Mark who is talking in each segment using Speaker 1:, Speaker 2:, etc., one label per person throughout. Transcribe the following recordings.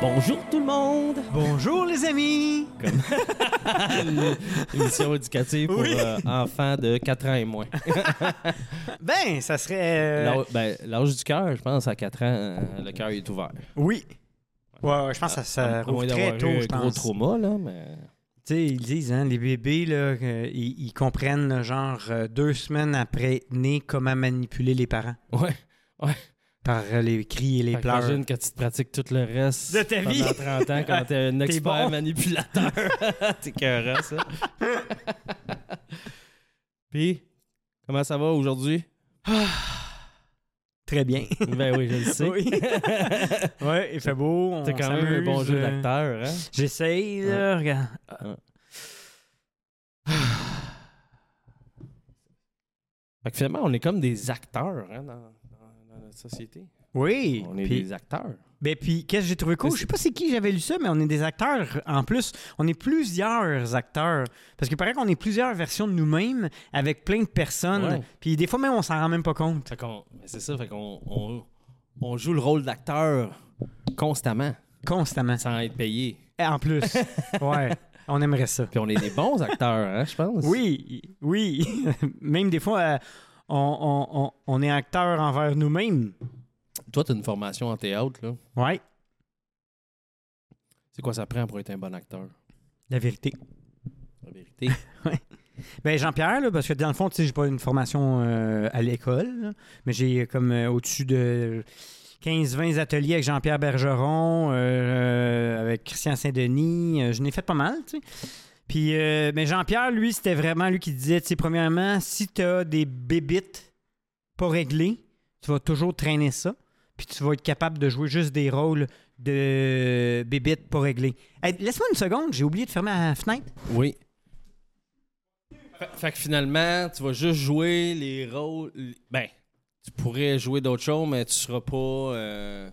Speaker 1: Bonjour tout le monde!
Speaker 2: Bonjour les amis!
Speaker 1: Une émission éducative pour
Speaker 2: Oui.
Speaker 1: euh, enfants de 4 ans et moins.
Speaker 2: Ben, ça serait... euh,
Speaker 1: L'âge ben, l'âge du cœur, je pense, à 4 ans, euh, le cœur est ouvert.
Speaker 2: Oui. Ouais, ouais, je pense que ça, ça
Speaker 1: À
Speaker 2: rouvre
Speaker 1: moins
Speaker 2: très
Speaker 1: d'avoir
Speaker 2: tôt,
Speaker 1: eu un
Speaker 2: je
Speaker 1: gros
Speaker 2: pense.
Speaker 1: trauma, là, mais...
Speaker 2: Tu sais, ils disent, hein, les bébés, là, que- ils, ils comprennent, là, genre, euh, deux semaines après né, comment manipuler les parents.
Speaker 1: Ouais.
Speaker 2: Par euh, les cris et les
Speaker 1: Fait que
Speaker 2: pleurs.
Speaker 1: Imagine que tu te pratiques tout le reste
Speaker 2: De ta vie.
Speaker 1: pendant 30 ans quand t'es un expert
Speaker 2: bon.
Speaker 1: manipulateur. t'es cœur, ça. Puis, comment ça va aujourd'hui?
Speaker 2: Très bien.
Speaker 1: Ben oui, je le sais.
Speaker 2: Oui. ouais, il fait beau. on
Speaker 1: T'as quand même un
Speaker 2: s'amuse,
Speaker 1: bon jeu
Speaker 2: euh,
Speaker 1: d'acteur, hein?
Speaker 2: J'essaye, là, regarde.
Speaker 1: Ah. Fait que finalement, on est comme des acteurs hein, dans, dans- dans notre société.
Speaker 2: Oui.
Speaker 1: On est
Speaker 2: puis-
Speaker 1: des acteurs.
Speaker 2: Ben puis, qu'est-ce que j'ai trouvé cool? Je sais pas c'est qui j'avais lu ça, mais on est des acteurs en plus. On est plusieurs acteurs. Parce que paraît qu'on est plusieurs versions de nous-mêmes avec plein de personnes.
Speaker 1: Ouais.
Speaker 2: Puis des fois même, on s'en rend même pas compte.
Speaker 1: Fait qu'on- mais c'est ça, fait qu'on on, on joue le rôle d'acteur constamment,
Speaker 2: Constamment.
Speaker 1: sans être payé.
Speaker 2: Et en plus. ouais. On aimerait ça.
Speaker 1: Puis on est des bons acteurs, hein, je pense.
Speaker 2: Oui. Oui. même des fois, euh, on, on- on- on est acteur envers nous-mêmes.
Speaker 1: Toi, t'as une formation en théâtre, là.
Speaker 2: Ouais.
Speaker 1: C'est quoi ça prend pour être un bon acteur?
Speaker 2: La vérité.
Speaker 1: La vérité.
Speaker 2: Ben Jean-Pierre, là, parce que dans le fond, tu sais, j'ai pas une formation euh, à l'école, là, mais j'ai euh, comme euh, au-dessus de 15-20 ateliers avec Jean-Pierre Bergeron, euh, euh, avec Christian Saint-Denis. euh, je n'ai fait pas mal, tu sais. Puis, euh, mais Jean-Pierre, lui, c'était vraiment lui qui disait, tu sais, premièrement, si tu as des bébites pas réglées, tu vas toujours traîner ça, puis tu vas être capable de jouer juste des rôles de bébites pas réglées. Hey, Laisse-moi une seconde, j'ai oublié de fermer la fenêtre.
Speaker 1: oui. Fait, fait que finalement, tu vas juste jouer les rôles. les- Ben, tu pourrais jouer d'autres choses, mais tu seras pas. euh,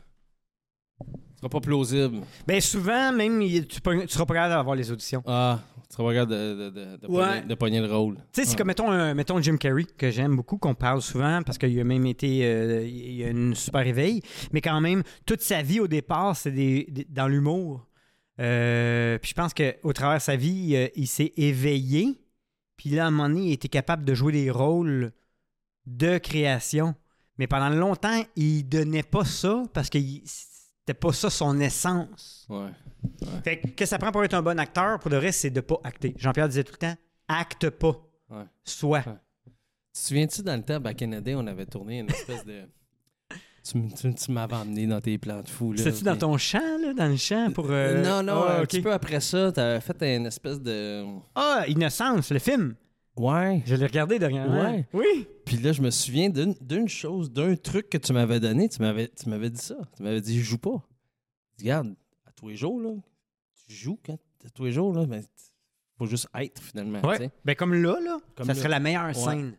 Speaker 1: tu seras pas plausible.
Speaker 2: Ben souvent, même, il- tu ne seras pas capable d'avoir les auditions.
Speaker 1: Ah, tu seras pas capable de, de, de, de
Speaker 2: Ouais.
Speaker 1: pogner, de pogner le rôle.
Speaker 2: Tu sais, c'est
Speaker 1: Ah.
Speaker 2: comme, mettons, un- mettons Jim Carrey, que j'aime beaucoup, qu'on parle souvent, parce qu'il a même été... euh, il a une super éveil. Mais quand même, toute sa vie, au départ, c'est des, des- dans l'humour. Euh, puis je pense qu'au travers de sa vie, euh, il s'est éveillé. Puis là, à un moment donné, il était capable de jouer des rôles de création. Mais pendant longtemps, il donnait pas ça, parce que il- c'était pas ça son essence.
Speaker 1: Ouais.
Speaker 2: Fait que, que ça prend pour être un bon acteur, pour le reste, c'est de pas acter. Jean-Pierre disait tout le temps, acte pas,
Speaker 1: ouais.
Speaker 2: sois.
Speaker 1: Tu te souviens-tu, dans le temps, back in the day, on avait tourné une espèce de. tu m- tu- tu m'avais emmené dans tes plans de fou. là.
Speaker 2: C'était-tu dans ton champ, là, dans le champ pour. euh,
Speaker 1: Non, non,
Speaker 2: ah,
Speaker 1: un
Speaker 2: ok.
Speaker 1: petit peu après ça, t'avais fait une espèce de.
Speaker 2: Ah, Innocence, le film.
Speaker 1: Ouais.
Speaker 2: Je l'ai regardé dernièrement.
Speaker 1: Ouais.
Speaker 2: Oui.
Speaker 1: Puis là, je me souviens d'une- d'une chose, d'un truc que tu m'avais donné. Tu m'avais tu m'avais dit ça. Tu m'avais dit, je joue pas. Regarde, à tous les jours, là, tu joues quand, à tous les jours, là, mais t- faut juste être finalement.
Speaker 2: Ouais.
Speaker 1: tu sais.
Speaker 2: Ben, comme là, là,
Speaker 1: Comme
Speaker 2: ça
Speaker 1: là.
Speaker 2: serait la meilleure scène.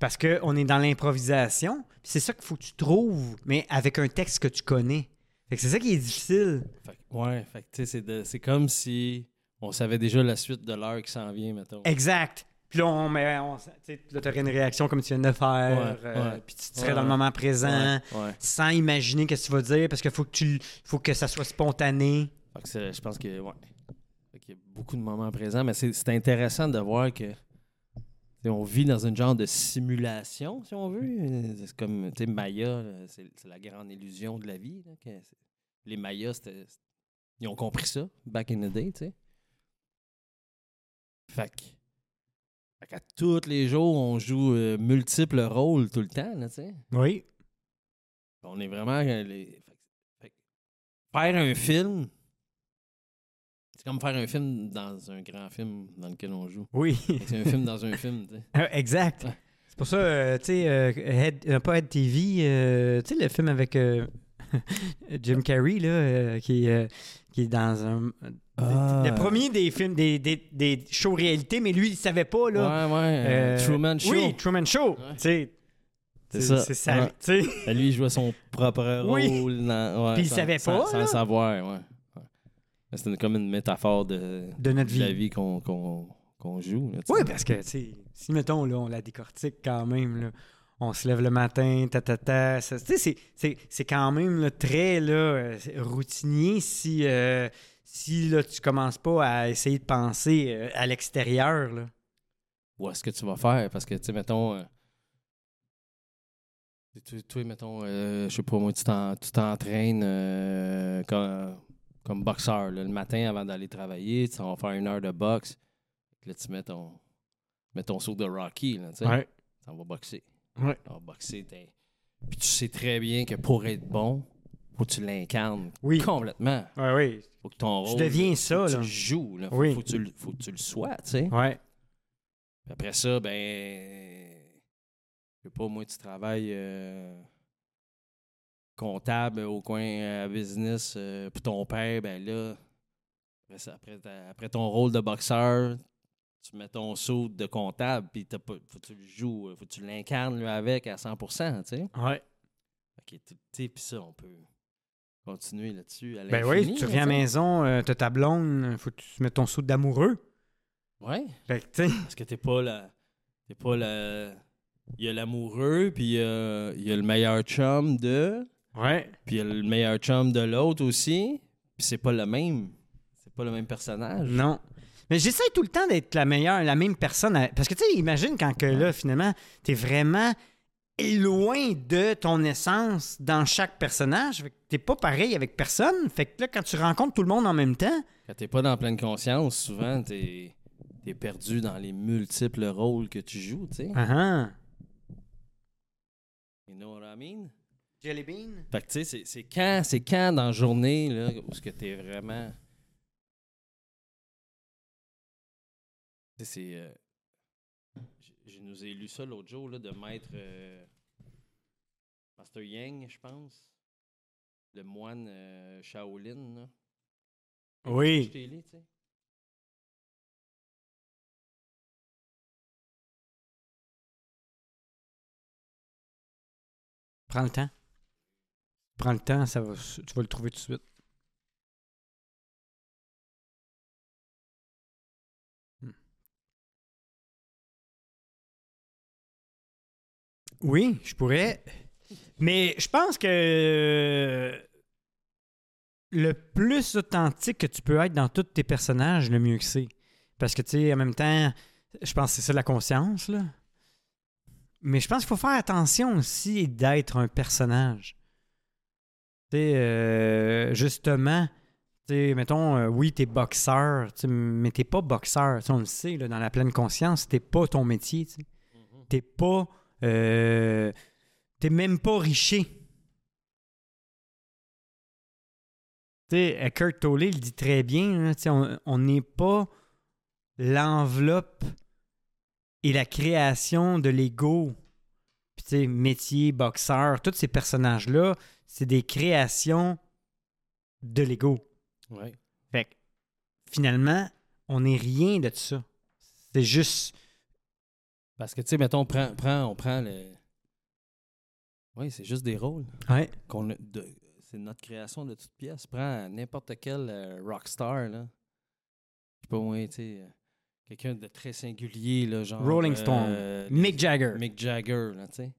Speaker 2: Parce qu'on est dans l'improvisation. puis C'est ça qu'il faut que tu trouves, mais avec un texte que tu connais. Fait que c'est ça qui est difficile.
Speaker 1: Fait que- ouais, fait que, tu sais, c'est de- c'est comme si on savait déjà la suite de l'heure qui s'en vient, mettons.
Speaker 2: Exact. Puis là, on, met- on- tu sais, là, t'aurais une réaction comme tu viens de faire.
Speaker 1: Ouais,
Speaker 2: euh,
Speaker 1: ouais.
Speaker 2: Puis tu serais
Speaker 1: Ouais,
Speaker 2: dans le
Speaker 1: ouais.
Speaker 2: moment présent.
Speaker 1: Ouais, ouais.
Speaker 2: sans imaginer qu'est-ce que tu vas dire parce qu'il faut que tu faut que ça soit spontané.
Speaker 1: Fait que c'est- je pense que, ouais. Fait qu'il y a beaucoup de moments présents, mais c'est c'est intéressant de voir que tu sais, on vit dans un genre de simulation, si on veut. Euh, C'est comme, tu sais, Maya, là, c'est c'est la grande illusion de la vie. là, que c'est- les Mayas, c'était- c'était- ils ont compris ça, back in the day, tu sais. Fait que, fait qu'à tous les jours, on joue euh, multiples rôles tout le temps, là, tu sais.
Speaker 2: Oui.
Speaker 1: On est vraiment. euh, les- fait que- fait que Faire un film, c'est comme faire un film dans un grand film dans lequel on joue.
Speaker 2: Oui.
Speaker 1: Fait que C'est un film dans un film, tu sais.
Speaker 2: Euh, exact.
Speaker 1: Ouais.
Speaker 2: C'est pour ça, euh, tu sais, euh, Head- euh, pas Head TV, euh, tu sais, le film avec euh, Jim Carrey, là, euh, qui, euh, qui est dans un.
Speaker 1: Ah.
Speaker 2: Le premier des films, des, des, des shows réalité, mais lui, il savait pas, là.
Speaker 1: Ouais, ouais. euh,
Speaker 2: Euh,
Speaker 1: Truman Show.
Speaker 2: Oui, Truman Show.
Speaker 1: Ouais.
Speaker 2: Tu sais,
Speaker 1: c'est ça.
Speaker 2: C'est ça.
Speaker 1: Ouais.
Speaker 2: tu sais.
Speaker 1: Ben, Lui, il jouait son propre rôle.
Speaker 2: Oui.
Speaker 1: dans- ouais,
Speaker 2: Puis il
Speaker 1: sans-
Speaker 2: savait
Speaker 1: sans-
Speaker 2: pas,
Speaker 1: Sans
Speaker 2: là.
Speaker 1: le savoir, ouais. ouais. Mais C'est une- comme une métaphore de,
Speaker 2: De notre
Speaker 1: de la
Speaker 2: vie.
Speaker 1: vie qu'on qu'on qu'on joue. là, tu sais.
Speaker 2: ben, Oui, parce que, tu sais, si, mettons, là, on la décortique quand même, là, on se lève le matin, ta ta ta. ça- tu sais, c'est- c'est- c'est quand même là, très là, euh, routinier si, euh, si là, tu commences pas à essayer de penser euh, à l'extérieur. là.
Speaker 1: Ou est-ce que tu vas faire? Parce que, tu sais, mettons. euh, tu- Toi, mettons, euh, je sais pas, moi, tu t'en- tu t'entraînes euh, comme, comme boxeur. là, le matin, avant d'aller travailler, tu vas faire une heure de boxe. Là, tu mets ton, mets ton saut de Rocky. Là, tu sais. T'en vas boxer.
Speaker 2: Ouais.
Speaker 1: T'en vas boxer. t'es- Puis tu sais très bien que pour être bon, faut que tu l'incarnes
Speaker 2: Oui.
Speaker 1: complètement.
Speaker 2: Ouais, oui.
Speaker 1: Faut que ton
Speaker 2: Tu
Speaker 1: rôle.
Speaker 2: deviens
Speaker 1: faut
Speaker 2: ça,
Speaker 1: que Tu
Speaker 2: là.
Speaker 1: Oh, le joues. là. Faut,
Speaker 2: Oui.
Speaker 1: faut que tu, le- faut que tu le sois, tu sais.
Speaker 2: Ouais.
Speaker 1: Puis après ça, ben. Je sais pas, moi, tu travailles euh, comptable au coin euh, business euh, pour ton père, ben là. Après, ça- après ta- après ton rôle de boxeur, tu mets ton saut de comptable, puis t'as pas, faut que tu le joues, euh, faut que tu l'incarnes lui avec à 100%, tu sais.
Speaker 2: Ouais.
Speaker 1: Ok, tu sais, puis ça, on peut continuer là-dessus. à
Speaker 2: Ben
Speaker 1: l'infini,
Speaker 2: oui, tu
Speaker 1: là,
Speaker 2: reviens à la
Speaker 1: sais.
Speaker 2: maison, euh, t'as ta blonde, faut que tu mettes ton saut d'amoureux.
Speaker 1: Ouais.
Speaker 2: Fait que, tu sais,
Speaker 1: Parce que t'es pas la. T'es pas la. Il y a l'amoureux, puis euh, il y a le meilleur chum de.
Speaker 2: ouais.
Speaker 1: Puis il y a le meilleur chum de l'autre aussi. Puis c'est pas le même. C'est pas le même personnage.
Speaker 2: Non. Mais j'essaie tout le temps d'être la meilleure, la même personne. à- Parce que tu sais, imagine quand que là, finalement, t'es vraiment loin de ton essence dans chaque personnage. Fait que t'es pas pareil avec personne. Fait que là, quand tu rencontres tout le monde en même temps,
Speaker 1: Quand t'es pas dans pleine conscience, souvent t'es. T'es perdu dans les multiples rôles que tu joues, tu sais.
Speaker 2: ah
Speaker 1: You know what I mean?
Speaker 2: Jelly Bean.
Speaker 1: Fait que tu sais, c'est- c'est quand, c'est quand dans la journée, là, où ce que t'es vraiment. Tu sais, c'est. euh, je- Je nous ai lu ça l'autre jour, là, de maître. euh, Master Yang, je pense. Le moine euh, Shaolin, là. Je
Speaker 2: Oui.
Speaker 1: t'ai lu, tu sais.
Speaker 2: Prends le temps. Prends le temps, ça va, s- tu vas le trouver tout de suite. Hmm. Oui, je pourrais. Mais je pense que le plus authentique que tu peux être dans tous tes personnages, le mieux que c'est. Parce que, tu sais, en même temps, je pense que c'est ça la conscience, là. Mais je pense qu'il faut faire attention aussi d'être un personnage. Tu sais, euh, justement, tu sais, mettons, euh, oui, t'es boxeur, tu sais, mais t'es pas boxeur. Tu sais, on le sait, là, dans la pleine conscience, t'es pas ton métier. tu sais. T'es pas. euh, t'es même pas riché. Tu sais, euh, Kurt Tolle le dit très bien, hein, tu sais, on on n'est pas l'enveloppe et la création de l'ego. Puis, tu sais, métier, boxeur, tous ces personnages-là, c'est des créations de l'ego.
Speaker 1: Ouais.
Speaker 2: Fait que, finalement, on n'est rien de ça. C'est juste.
Speaker 1: Parce que, tu sais, mettons, on prend, prend- on prend le. Oui, c'est juste des rôles.
Speaker 2: Ouais.
Speaker 1: qu'on a de- c'est notre création de toute pièce. Prends n'importe quel euh, rockstar, là. Je sais pas moi, tu sais, euh, quelqu'un de très singulier, là, genre...
Speaker 2: Rolling
Speaker 1: euh,
Speaker 2: Stone.
Speaker 1: euh,
Speaker 2: Mick Jagger.
Speaker 1: Mick Jagger, là, tu sais.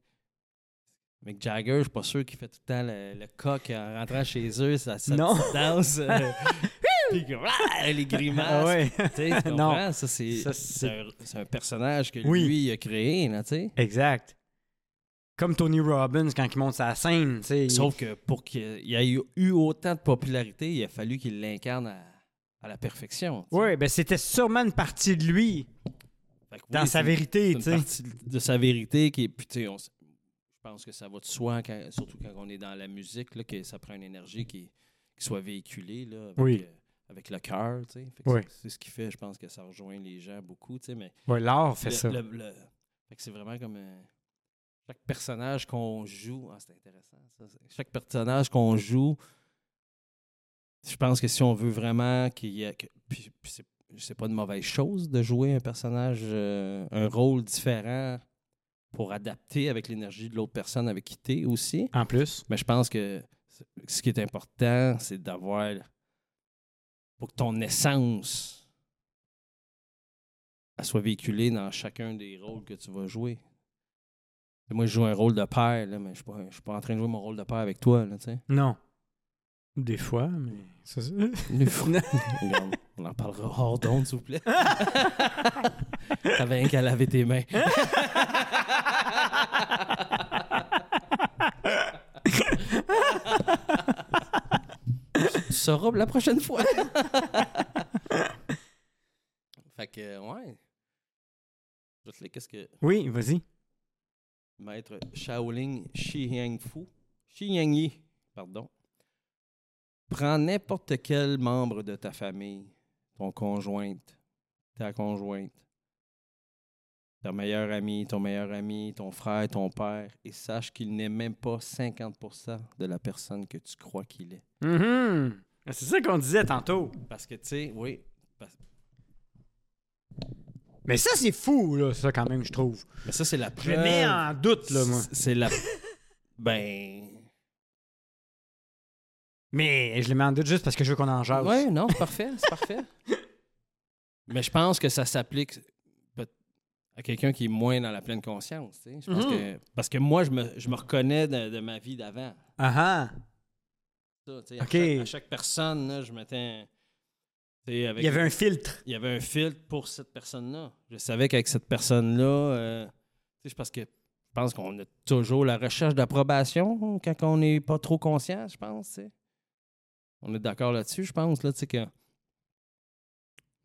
Speaker 1: Mick Jagger, je suis pas sûr qu'il fait tout le temps le, le coq en rentrant chez eux, ça, ça
Speaker 2: Non.
Speaker 1: petite danse, euh, puis que, ah, les
Speaker 2: Ah
Speaker 1: grimaces,
Speaker 2: ouais.
Speaker 1: tu sais, tu
Speaker 2: Non.
Speaker 1: comprends? Ça, c'est
Speaker 2: Ça,
Speaker 1: c'est
Speaker 2: c'est-
Speaker 1: un, c'est un personnage que
Speaker 2: Oui.
Speaker 1: lui, il a créé, là, tu sais.
Speaker 2: Exact. Comme Tony Robbins quand il monte sa scène, tu sais. il-
Speaker 1: Sauf que pour qu'il y ait eu autant de popularité, il a fallu qu'il l'incarne à, à la perfection. tu sais.
Speaker 2: Oui, ben c'était sûrement une partie de lui
Speaker 1: Fait que oui,
Speaker 2: dans sa
Speaker 1: c'est-
Speaker 2: vérité, tu
Speaker 1: C'est
Speaker 2: sais.
Speaker 1: une partie de sa vérité qui est. Puis, tu sais, on s- je pense que ça va de soi, quand- surtout quand on est dans la musique, là, que ça prend une énergie qui, qui soit véhiculée là, avec,
Speaker 2: Oui.
Speaker 1: euh, avec le cœur. tu sais. Fait que
Speaker 2: Oui.
Speaker 1: c'est- C'est ce qui fait, je pense, que ça rejoint les gens beaucoup. tu sais, Mais
Speaker 2: Ouais, l'art fait
Speaker 1: le-
Speaker 2: ça.
Speaker 1: le- le- fait que c'est vraiment comme un- chaque personnage qu'on joue. Ah, c'est intéressant ça. C'est- Chaque personnage qu'on joue, je pense que si on veut vraiment qu'il y ait. que- puis, puis c'est, c'est pas une mauvaise chose de jouer un personnage, euh, un rôle différent pour adapter avec l'énergie de l'autre personne avec qui t'es aussi.
Speaker 2: En plus.
Speaker 1: Mais je pense que c- ce qui est important, c'est d'avoir. pour que ton essence elle soit véhiculée dans chacun des rôles que tu vas jouer. Moi, je joue un rôle de père, là, mais je suis pas- je suis pas en train de jouer mon rôle de père avec toi, là, tu sais.
Speaker 2: Non. Des fois, mais. ça, c'est-
Speaker 1: Regarde, on en parlera hors d'onde, s'il vous plaît. T'avais rien qu'à laver tes mains. tu sauras la prochaine fois. fait que, ouais. Je vais te lire Qu'est-ce que
Speaker 2: Oui, vas-y.
Speaker 1: Maître Shaolin Shi Yang Fu, Shi Yang Yi, pardon, prends n'importe quel membre de ta famille, ton conjointe, ta conjointe, ta meilleure amie, ton meilleur ami, ton frère, ton père, et sache qu'il n'est même pas 50% de la personne que tu crois qu'il est.
Speaker 2: Mhm. C'est ça qu'on disait tantôt.
Speaker 1: Parce que, tu sais, oui,
Speaker 2: Mais ça, c'est fou, là, ça, quand même, je trouve.
Speaker 1: mais ça, c'est la
Speaker 2: Je
Speaker 1: preuve.
Speaker 2: le mets en doute, là, moi.
Speaker 1: C'est- C'est la. ben.
Speaker 2: Mais je le mets en doute juste parce que je veux qu'on en jase.
Speaker 1: Oui, non, c'est parfait, c'est parfait. Mais je pense que ça s'applique peut- à quelqu'un qui est moins dans la pleine conscience. tu sais. Je pense
Speaker 2: Mhm.
Speaker 1: que, parce que moi, je me, je me reconnais de, de ma vie d'avant.
Speaker 2: Ah ah.
Speaker 1: Ça, tu sais, à,
Speaker 2: OK.
Speaker 1: chaque, à chaque personne, là, je mettais un, tu sais, avec-
Speaker 2: Il y avait un filtre.
Speaker 1: il y avait un filtre pour cette personne-là. Je savais qu'avec cette personne-là, euh, tu sais, je pense que je pense qu'on a toujours la recherche d'approbation quand on n'est pas trop conscient, je pense. tu sais. On est d'accord là-dessus, je pense, là, tu sais, que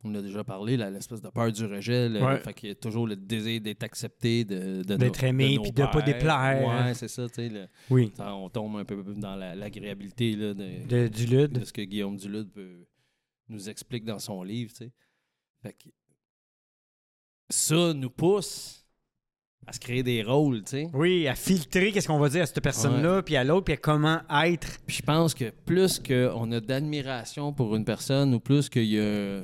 Speaker 1: on a déjà parlé, là, l'espèce de peur du rejet. là.
Speaker 2: Ouais.
Speaker 1: Fait qu'il y a toujours le désir d'être accepté, de, de
Speaker 2: D'être
Speaker 1: nos-
Speaker 2: aimé,
Speaker 1: nos
Speaker 2: puis de pas
Speaker 1: pères.
Speaker 2: déplaire.
Speaker 1: Ouais, c'est ça, tu sais. le-
Speaker 2: Oui.
Speaker 1: on tombe un peu dans la- l'agréabilité là, de,
Speaker 2: De, du
Speaker 1: de
Speaker 2: lude.
Speaker 1: ce que Guillaume Dulude peut- nous explique dans son livre. tu sais. Fait que ça nous pousse à se créer des rôles. tu sais.
Speaker 2: Oui, à filtrer qu'est-ce qu'on va dire à cette personne-là, puis à l'autre, puis à comment être.
Speaker 1: Puis je pense que plus qu'on a d'admiration pour une personne ou plus qu'il y a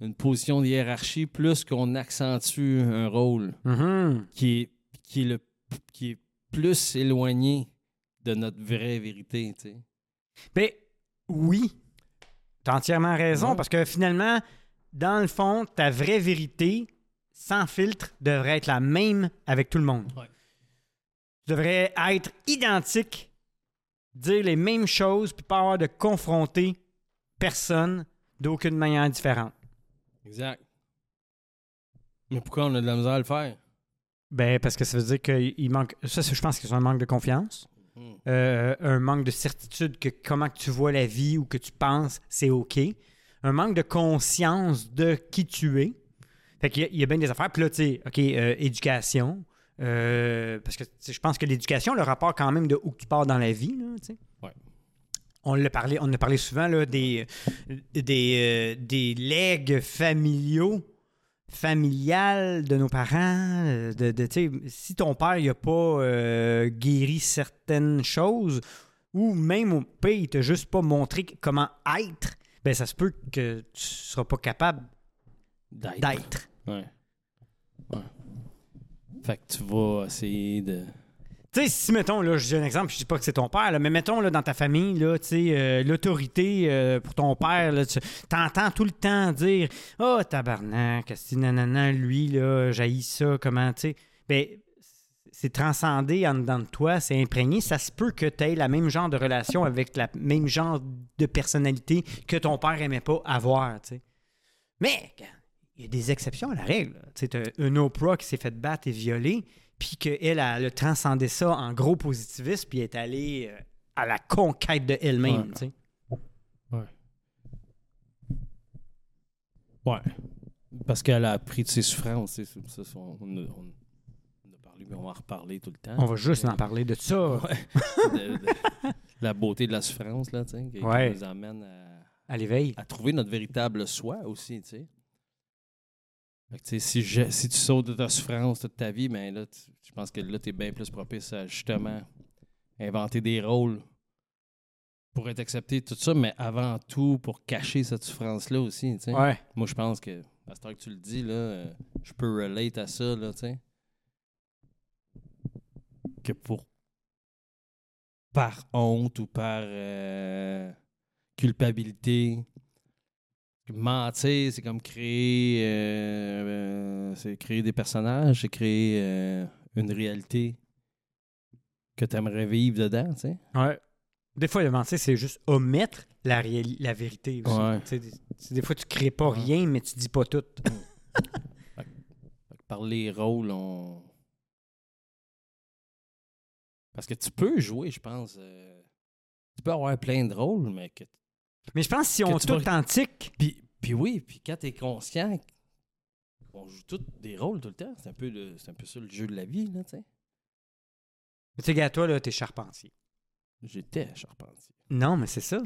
Speaker 1: une position de hiérarchie, plus qu'on accentue un rôle
Speaker 2: Mhm.
Speaker 1: qui est, qui est, le, qui est plus éloigné de notre vraie vérité. tu sais.
Speaker 2: Ben oui, t'as entièrement raison,
Speaker 1: Ouais.
Speaker 2: parce que finalement, dans le fond, ta vraie vérité, sans filtre, devrait être la même avec tout le monde.
Speaker 1: Ouais.
Speaker 2: Tu devrais être identique, dire les mêmes choses, puis pas avoir de confronter personne d'aucune manière différente.
Speaker 1: Exact. Mais pourquoi on a de la misère à le faire?
Speaker 2: Ben, parce que ça veut dire qu'il manque. Ça, c'est- je pense que c'est un manque de confiance.
Speaker 1: Hmm.
Speaker 2: Euh, un manque de certitude que comment que tu vois la vie ou que tu penses, c'est OK. Un manque de conscience de qui tu es. Fait qu'il y a- il y, a bien des affaires. Puis là, tu sais, OK, euh, éducation. euh, parce que tu sais, je pense que l'éducation, le rapport quand même de où tu pars dans la vie, là, tu sais.
Speaker 1: Ouais.
Speaker 2: On l'a parlé, on en a parlé souvent là, des, des, euh, des legs familiaux, familiales de nos parents. euh, De, de, tu sais, si ton père n'a pas euh, guéri certaines choses, ou même au pire, il t'a juste pas montré que- comment être, ben ça se peut que tu seras pas capable
Speaker 1: D'être.
Speaker 2: d'être.
Speaker 1: Ouais. Ouais. Fait que tu vas essayer de.
Speaker 2: Tu sais, si, mettons, là, je dis un exemple, je dis pas que c'est ton père, là, mais mettons, là, dans ta famille, là, tu sais, euh, l'autorité euh, pour ton père, là, tu t'entends tout le temps dire « Ah, oh, tabarnak, asti, nanana, lui, là, j'haïs ça, comment, tu sais. » Ben, c'est transcendé en dedans de toi, c'est imprégné. Ça se peut que tu aies la même genre de relation avec la même genre de personnalité que ton père aimait pas avoir, tu sais. Mais, il y a des exceptions à la règle. là. Tu sais, t'as une Oprah qui s'est fait battre et violer, puis qu'elle a, elle a transcendé ça en gros positivisme, puis est allée euh, à la conquête de elle-même.
Speaker 1: Ouais.
Speaker 2: tu sais.
Speaker 1: Ouais. Parce qu'elle a appris de ses souffrances. tu sais, c'est- ça, c'est- on, on a- on- on a parlé, mais on va en reparler tout le temps.
Speaker 2: On va juste en parler de ça.
Speaker 1: De- de- la beauté de la souffrance, là, tu sais, qui, qui
Speaker 2: Ouais.
Speaker 1: nous amène à,
Speaker 2: À l'éveil.
Speaker 1: à trouver notre véritable soi aussi, tu sais. Fait que, tu sais, si, je- si tu sautes de ta souffrance toute ta vie, ben là, tu- je pense que là, tu es bien plus propice à justement inventer des rôles pour être accepté, tout ça, mais avant tout pour cacher cette souffrance-là aussi, tu sais.
Speaker 2: Ouais.
Speaker 1: Moi, je pense que, à ce temps que tu le dis, là, euh, je peux relate à ça, là, tu sais. Que pour. Par honte ou par euh, culpabilité, mentir, c'est comme créer. euh, euh, c'est créer des personnages, c'est créer euh, une réalité que tu aimerais vivre dedans, tu sais.
Speaker 2: Ouais. Des fois, le mentir, c'est juste omettre la, réali- la vérité aussi.
Speaker 1: Ouais.
Speaker 2: Tu sais, Des, tu- des fois, tu crées pas rien, mais tu dis pas tout.
Speaker 1: Fait que Par les rôles, on. Parce que tu peux jouer, je pense. euh, Tu peux avoir plein de rôles, mais que
Speaker 2: Mais je pense que si
Speaker 1: Que
Speaker 2: on est
Speaker 1: tu
Speaker 2: tout
Speaker 1: vas-
Speaker 2: authentique,
Speaker 1: Puis, puis oui, puis quand t'es conscient qu'on joue tous des rôles tout le temps, c'est un peu, le- c'est un peu ça le jeu de la vie, là, tu sais.
Speaker 2: tu sais, gars, toi, là, t'es charpentier.
Speaker 1: J'étais charpentier.
Speaker 2: Non, mais c'est ça.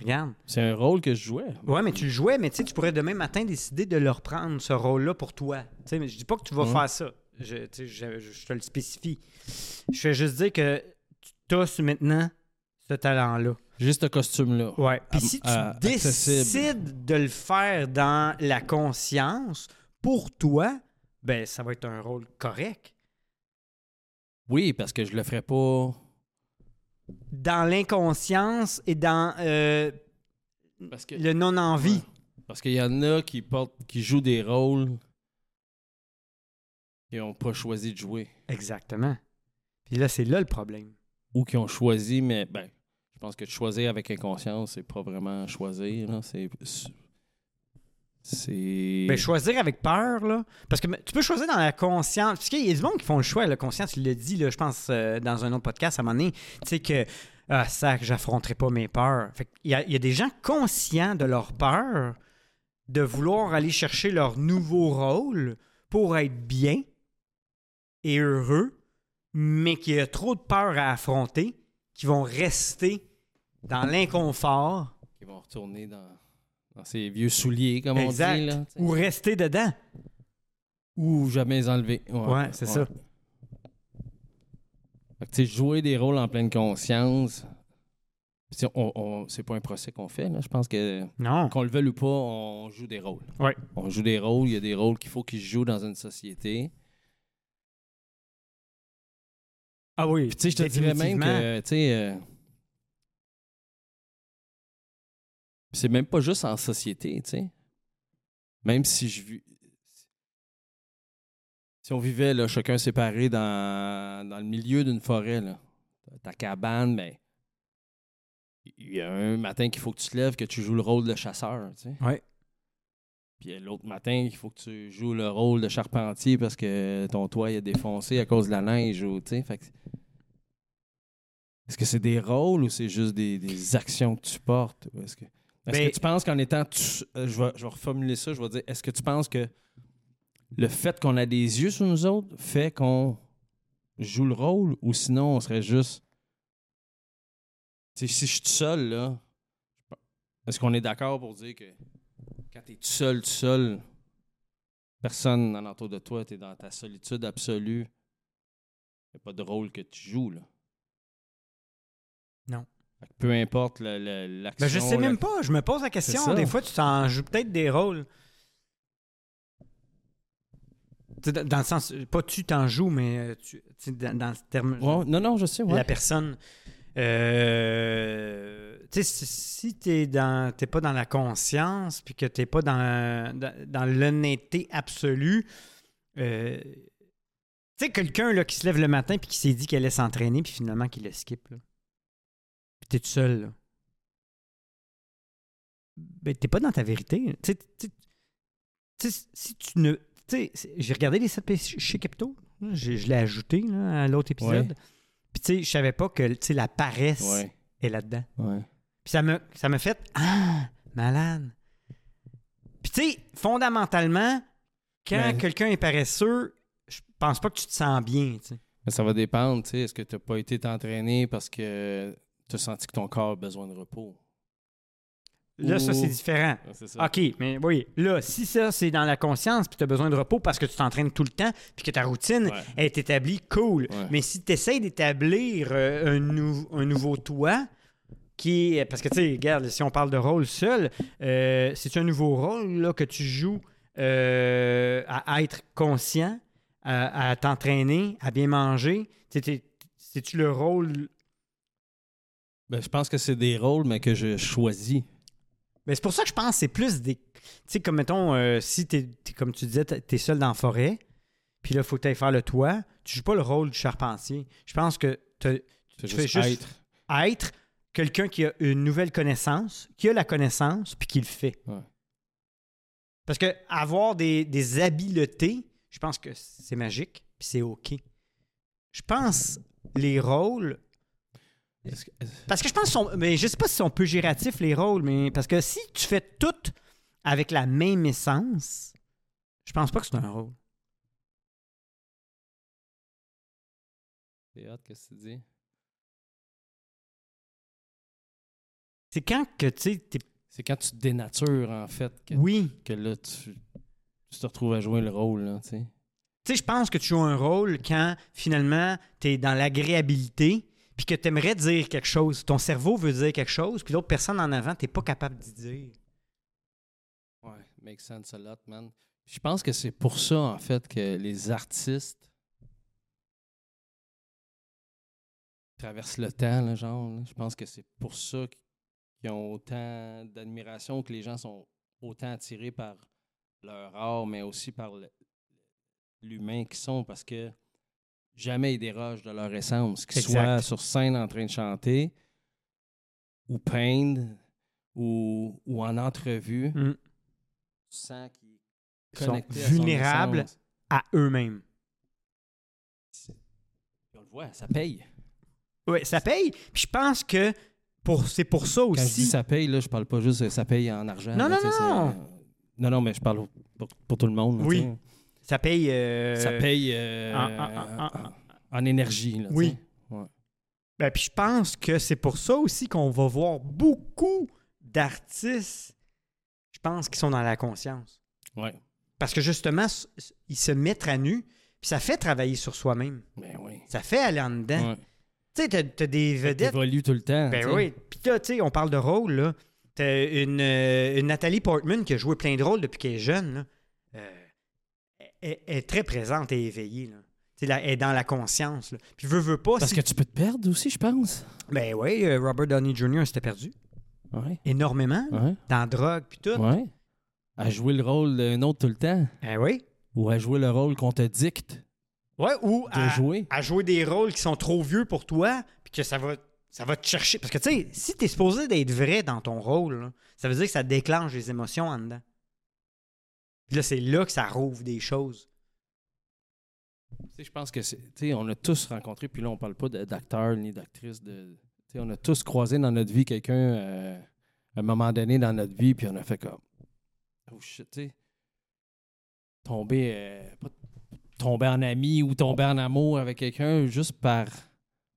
Speaker 2: Regarde.
Speaker 1: C'est un rôle que je jouais.
Speaker 2: Ouais, mais tu le jouais, mais tu sais, tu pourrais demain matin décider de le reprendre, ce rôle-là, pour toi. Tu sais, mais je dis pas que tu vas
Speaker 1: Mhm.
Speaker 2: faire ça. Je, tu sais, je- je- je te le spécifie. Je fais juste dire que tu as maintenant ce talent-là.
Speaker 1: Juste ce costume-là.
Speaker 2: Ouais. Puis
Speaker 1: Am-
Speaker 2: si tu
Speaker 1: euh, accessible.
Speaker 2: décides de le faire dans la conscience, pour toi, ben ça va être un rôle correct.
Speaker 1: Oui, parce que je le ferais pas.
Speaker 2: Dans l'inconscience et dans euh,
Speaker 1: Parce que
Speaker 2: le non-envie.
Speaker 1: parce qu'il y en a qui portent, qui jouent des rôles qui ont pas choisi de jouer.
Speaker 2: Exactement. Puis là, c'est là le problème.
Speaker 1: Ou qui ont choisi, mais ben, je pense que de choisir avec inconscience, c'est pas vraiment choisir, là. C'est. C'est.
Speaker 2: Mais Ben, choisir avec peur, là. Parce que tu peux choisir dans la conscience. Parce qu'il y a du monde qui font le choix, la conscience, tu l'as dit, là, je pense, euh, dans un autre podcast à un moment donné, tu sais que ah, ça, que j'affronterai pas mes peurs. Fait qu'il y a- il y, a des gens conscients de leur peur de vouloir aller chercher leur nouveau rôle pour être bien et heureux, mais qu'il y a trop de peur à affronter, qui vont rester dans l'inconfort
Speaker 1: Ils vont retourner dans, dans ces vieux souliers, comme
Speaker 2: Exact.
Speaker 1: on dit. Là, tu sais.
Speaker 2: ou rester dedans.
Speaker 1: Ou jamais les enlever.
Speaker 2: Ouais, c'est ça.
Speaker 1: Fait que, tu sais, jouer des rôles en pleine conscience, tu sais, on, on- c'est pas un procès qu'on fait. là. Je pense que,
Speaker 2: Non.
Speaker 1: qu'on le veuille ou pas, on joue des rôles.
Speaker 2: Ouais.
Speaker 1: On joue des rôles. Il y a des rôles qu'il faut qu'ils se jouent dans une société.
Speaker 2: Ah oui.
Speaker 1: Puis, tu sais, je te dirais même que, tu sais, euh, c'est même pas juste en société, tu sais. Même si je vis. Si on vivait, là, chacun séparé dans, dans le milieu d'une forêt, là, ta cabane, mais il y a un matin qu'il faut que tu te lèves, que tu joues le rôle de chasseur, tu sais.
Speaker 2: Ouais.
Speaker 1: Puis euh, l'autre matin, il faut que tu joues le rôle de charpentier parce que ton toit il est défoncé à cause de la neige, ou, tu sais. Fait que- est-ce que c'est des rôles ou c'est juste des, des actions que tu portes? Ou Est-ce que, est-ce
Speaker 2: Ben-
Speaker 1: que tu penses qu'en étant... tu- euh, je, vais, je vais reformuler ça, je vais dire, est-ce que tu penses que le fait qu'on a des yeux sur nous autres fait qu'on joue le rôle ou sinon on serait juste... Tu sais, si je suis tout seul, là, est-ce qu'on est d'accord pour dire que quand t'es tout seul, tout seul, personne en entour de toi, t'es dans ta solitude absolue, y a pas de rôle que tu joues, là?
Speaker 2: Non.
Speaker 1: Fait que peu importe le- le- l'action.
Speaker 2: Ben, je sais
Speaker 1: la-
Speaker 2: même pas, je me pose la
Speaker 1: C'est
Speaker 2: question.
Speaker 1: ça.
Speaker 2: Des fois, tu t'en joues peut-être des rôles. Tu sais, Dans dans le sens, pas tu t'en joues, mais euh, tu, tu sais, dans, dans le terme,
Speaker 1: Ouais, non, non, je sais, ouais.
Speaker 2: la personne. euh, tu sais, si, si t'es dans, t'es pas dans la conscience, puis que t'es pas dans, dans, dans l'honnêteté absolue, euh, tu sais, quelqu'un là, qui se lève le matin puis qui s'est dit qu'elle allait s'entraîner, puis finalement qu'il le skip, là. puis t'es tout seul, là. Ben, t'es pas dans ta vérité. Tu sais, tu- tu sais, si tu ne. Tu sais, c'est- j'ai regardé les 7 péchés chez Capito. Je, je l'ai ajouté là, à l'autre épisode. Puis, tu sais, je savais pas que tu sais, la paresse
Speaker 1: Ouais,
Speaker 2: est là-dedans.
Speaker 1: ouais.
Speaker 2: Puis ça me, ça me fait Ah, malade. Puis tu sais, fondamentalement, quand
Speaker 1: Mais-
Speaker 2: quelqu'un est paresseux, je pense pas que tu te sens bien. tu sais.
Speaker 1: Mais ça va dépendre, tu sais. Est-ce que t'as pas été t'entraîner parce que t'as senti que ton corps a besoin de repos?
Speaker 2: Là, ça,
Speaker 1: Ou-
Speaker 2: c'est différent.
Speaker 1: Ouais, c'est ça.
Speaker 2: OK, mais oui, là, si ça, c'est dans la conscience, puis tu as besoin de repos parce que tu t'entraînes tout le temps, puis que ta routine
Speaker 1: Ouais.
Speaker 2: est établie, cool.
Speaker 1: Ouais.
Speaker 2: Mais si tu essaies d'établir euh, un, nou- un nouveau toit, qui est- Parce que, tu sais, regarde, si on parle de rôle seul, euh, c'est un nouveau rôle là, que tu joues euh, à être conscient, à, à t'entraîner, à bien manger. Tu sais, t'es- C'est-tu le rôle.
Speaker 1: Ben, je pense que c'est des rôles, mais que je choisis.
Speaker 2: Mais c'est pour ça que je pense que c'est plus des. Tu sais, comme mettons, euh, si t'es, t'es- comme tu disais, t'es t'es seul dans la forêt, puis là, faut que t'ailles faire le toit, tu joues pas le rôle du charpentier. Je pense que t'as- t'as-
Speaker 1: C'est
Speaker 2: Tu fais juste-
Speaker 1: être.
Speaker 2: à être quelqu'un qui a une nouvelle connaissance, qui a la connaissance, puis qui le fait.
Speaker 1: Ouais.
Speaker 2: Parce que avoir des, des habiletés, je pense que c'est magique, puis c'est OK. Je pense les rôles.
Speaker 1: Est-ce que-
Speaker 2: Parce que je pense qu'ils sont. Mais je sais pas si sont peu gératifs, les rôles, mais parce que si tu fais tout avec la même essence, je pense pas que c'est un rôle.
Speaker 1: C'est hâte que tu dis.
Speaker 2: C'est quand que tu sais. t'es-
Speaker 1: C'est quand tu te dénatures, en fait, que,
Speaker 2: Oui.
Speaker 1: que là, tu, tu te retrouves à jouer le rôle, là, tu sais.
Speaker 2: Tu sais, je pense que tu joues un rôle quand finalement tu es dans l'agréabilité, puis que tu aimerais dire quelque chose. Ton cerveau veut dire quelque chose, puis l'autre personne en avant, tu pas capable d'y dire.
Speaker 1: Ouais, makes sense a lot, man. Je pense que c'est pour ça, en fait, que les artistes traversent le temps, là, genre. là. Je pense que c'est pour ça qu- qu'ils ont autant d'admiration, que les gens sont autant attirés par leur art, mais aussi par le- l'humain qu'ils sont, parce que jamais ils dérogent de leur essence, qu'ils
Speaker 2: Exact.
Speaker 1: soient sur scène en train de chanter, ou peindre, ou, ou en entrevue tu sens qu'il
Speaker 2: Mm. Ils
Speaker 1: est
Speaker 2: sont
Speaker 1: connecté à son
Speaker 2: vulnérables.
Speaker 1: essence.
Speaker 2: À eux-mêmes.
Speaker 1: Puis on le voit, ça paye.
Speaker 2: Oui, ça paye. Puis je pense que pour, c'est pour ça
Speaker 1: Quand je dis
Speaker 2: aussi.
Speaker 1: ça paye, là, je parle pas juste de ça paye en argent.
Speaker 2: Non,
Speaker 1: là,
Speaker 2: non,
Speaker 1: tu sais,
Speaker 2: non.
Speaker 1: c'est, euh, Non, non, mais je parle pour, pour tout le monde. là,
Speaker 2: Oui.
Speaker 1: tu sais.
Speaker 2: Ça paye. euh,
Speaker 1: ça paye euh,
Speaker 2: en- en- en- en-
Speaker 1: en- en énergie. là, tu
Speaker 2: Oui.
Speaker 1: sais.
Speaker 2: Ben, puis je pense que c'est pour ça aussi qu'on va voir beaucoup d'artistes, je pense, qui sont dans la conscience.
Speaker 1: Ouais.
Speaker 2: Parce que justement, s- s- ils se mettent à nu, puis ça fait travailler sur soi-même.
Speaker 1: Ben oui.
Speaker 2: Ça fait aller en dedans.
Speaker 1: Ouais.
Speaker 2: Tu sais, t'as- t'as des vedettes.
Speaker 1: T'évolues tout le temps.
Speaker 2: Ben
Speaker 1: tu sais.
Speaker 2: oui. Puis là, tu sais, on parle de rôle, là. T'as une, euh, une Nathalie Portman qui a joué plein de rôles depuis qu'elle est jeune, là. Euh, elle, elle est très présente et éveillée, là. Tu sais, là, elle est dans la conscience, là. Puis veut, veut pas.
Speaker 1: Parce
Speaker 2: si-
Speaker 1: que tu peux te perdre aussi, je pense.
Speaker 2: Ben oui, euh, Robert Downey Jr. s'était perdu
Speaker 1: Ouais.
Speaker 2: énormément, là,
Speaker 1: Ouais.
Speaker 2: dans la drogue, puis tout.
Speaker 1: Ouais. À jouer le rôle d'un autre tout le temps.
Speaker 2: Ben oui.
Speaker 1: Ou à jouer le rôle qu'on te dicte
Speaker 2: Ouais, ou
Speaker 1: de
Speaker 2: à,
Speaker 1: jouer.
Speaker 2: à jouer des rôles qui sont trop vieux pour toi, puis que ça va, ça va te chercher. Parce que, tu sais, si t'es supposé d'être vrai dans ton rôle, là, ça veut dire que ça déclenche les émotions en dedans. Puis là, c'est là que ça rouvre des choses.
Speaker 1: Tu sais, je pense que c'est. tu sais, on a tous rencontré, puis là, on parle pas de- d'acteurs ni d'actrices. De, tu sais, on a tous croisé dans notre vie quelqu'un euh, à un moment donné dans notre vie, puis on a fait comme. Oh shit, tu sais. Tomber, euh, pas- tomber en ami ou tomber en amour avec quelqu'un juste par.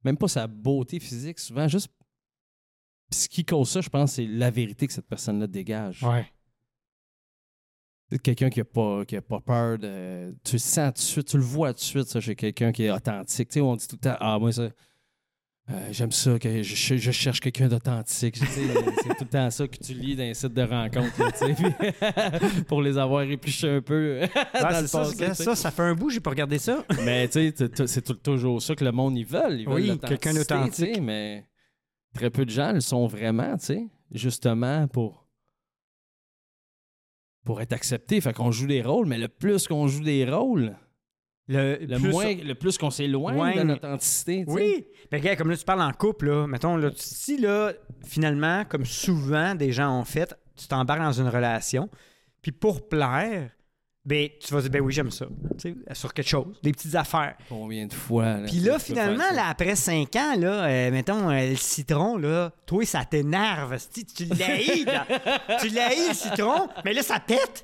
Speaker 1: Même pas sa beauté physique, souvent, juste. Puis ce qui cause ça, je pense, c'est la vérité que cette personne-là dégage.
Speaker 2: Ouais.
Speaker 1: C'est quelqu'un qui n'a pas, qui a pas peur de. Tu le sens tout de suite, tu le vois tout de suite, ça, chez quelqu'un qui est authentique. Tu sais, on dit tout le temps Ah, moi, ça. euh, J'aime ça, que je, ch- je cherche quelqu'un d'authentique. Tu sais, c'est tout le temps ça que tu lis dans les sites de rencontres, là, tu sais, puis- pour les avoir épluchés un peu. dans le passé,
Speaker 2: ça, Ah, c'est-
Speaker 1: tu sais.
Speaker 2: ça, ça fait un bout, j'ai pas regardé ça.
Speaker 1: Mais tu sais, t- t- c'est tout- toujours ça que le monde, ils veulent. Ils veulent
Speaker 2: Oui,
Speaker 1: l'authenticité,
Speaker 2: quelqu'un d'authentique.
Speaker 1: tu sais, Mais très peu de gens le sont vraiment, tu sais, justement pour, pour être accepté. Fait qu'on joue des rôles, mais le plus qu'on joue des rôles,
Speaker 2: Le,
Speaker 1: le,
Speaker 2: plus-
Speaker 1: moins, le plus qu'on s'éloigne
Speaker 2: Ouais.
Speaker 1: de l'authenticité. tu sais.
Speaker 2: Oui. Ben, regarde, comme là, tu parles en couple, là. Mettons, là, tu- si, là, finalement, comme souvent des gens ont fait, tu t'embarques dans une relation, puis pour plaire, ben, tu vas dire, ben oui, j'aime ça. Tu sais, sur quelque chose, des petites affaires.
Speaker 1: Combien de fois.
Speaker 2: Puis là,
Speaker 1: tu peux faire
Speaker 2: finalement,
Speaker 1: ça?
Speaker 2: là, après 5 ans, là, euh, mettons, euh, le citron, là, toi, ça t'énerve. esti. Tu l'haïs, là. tu l'haïs, le citron, mais là, ça pète.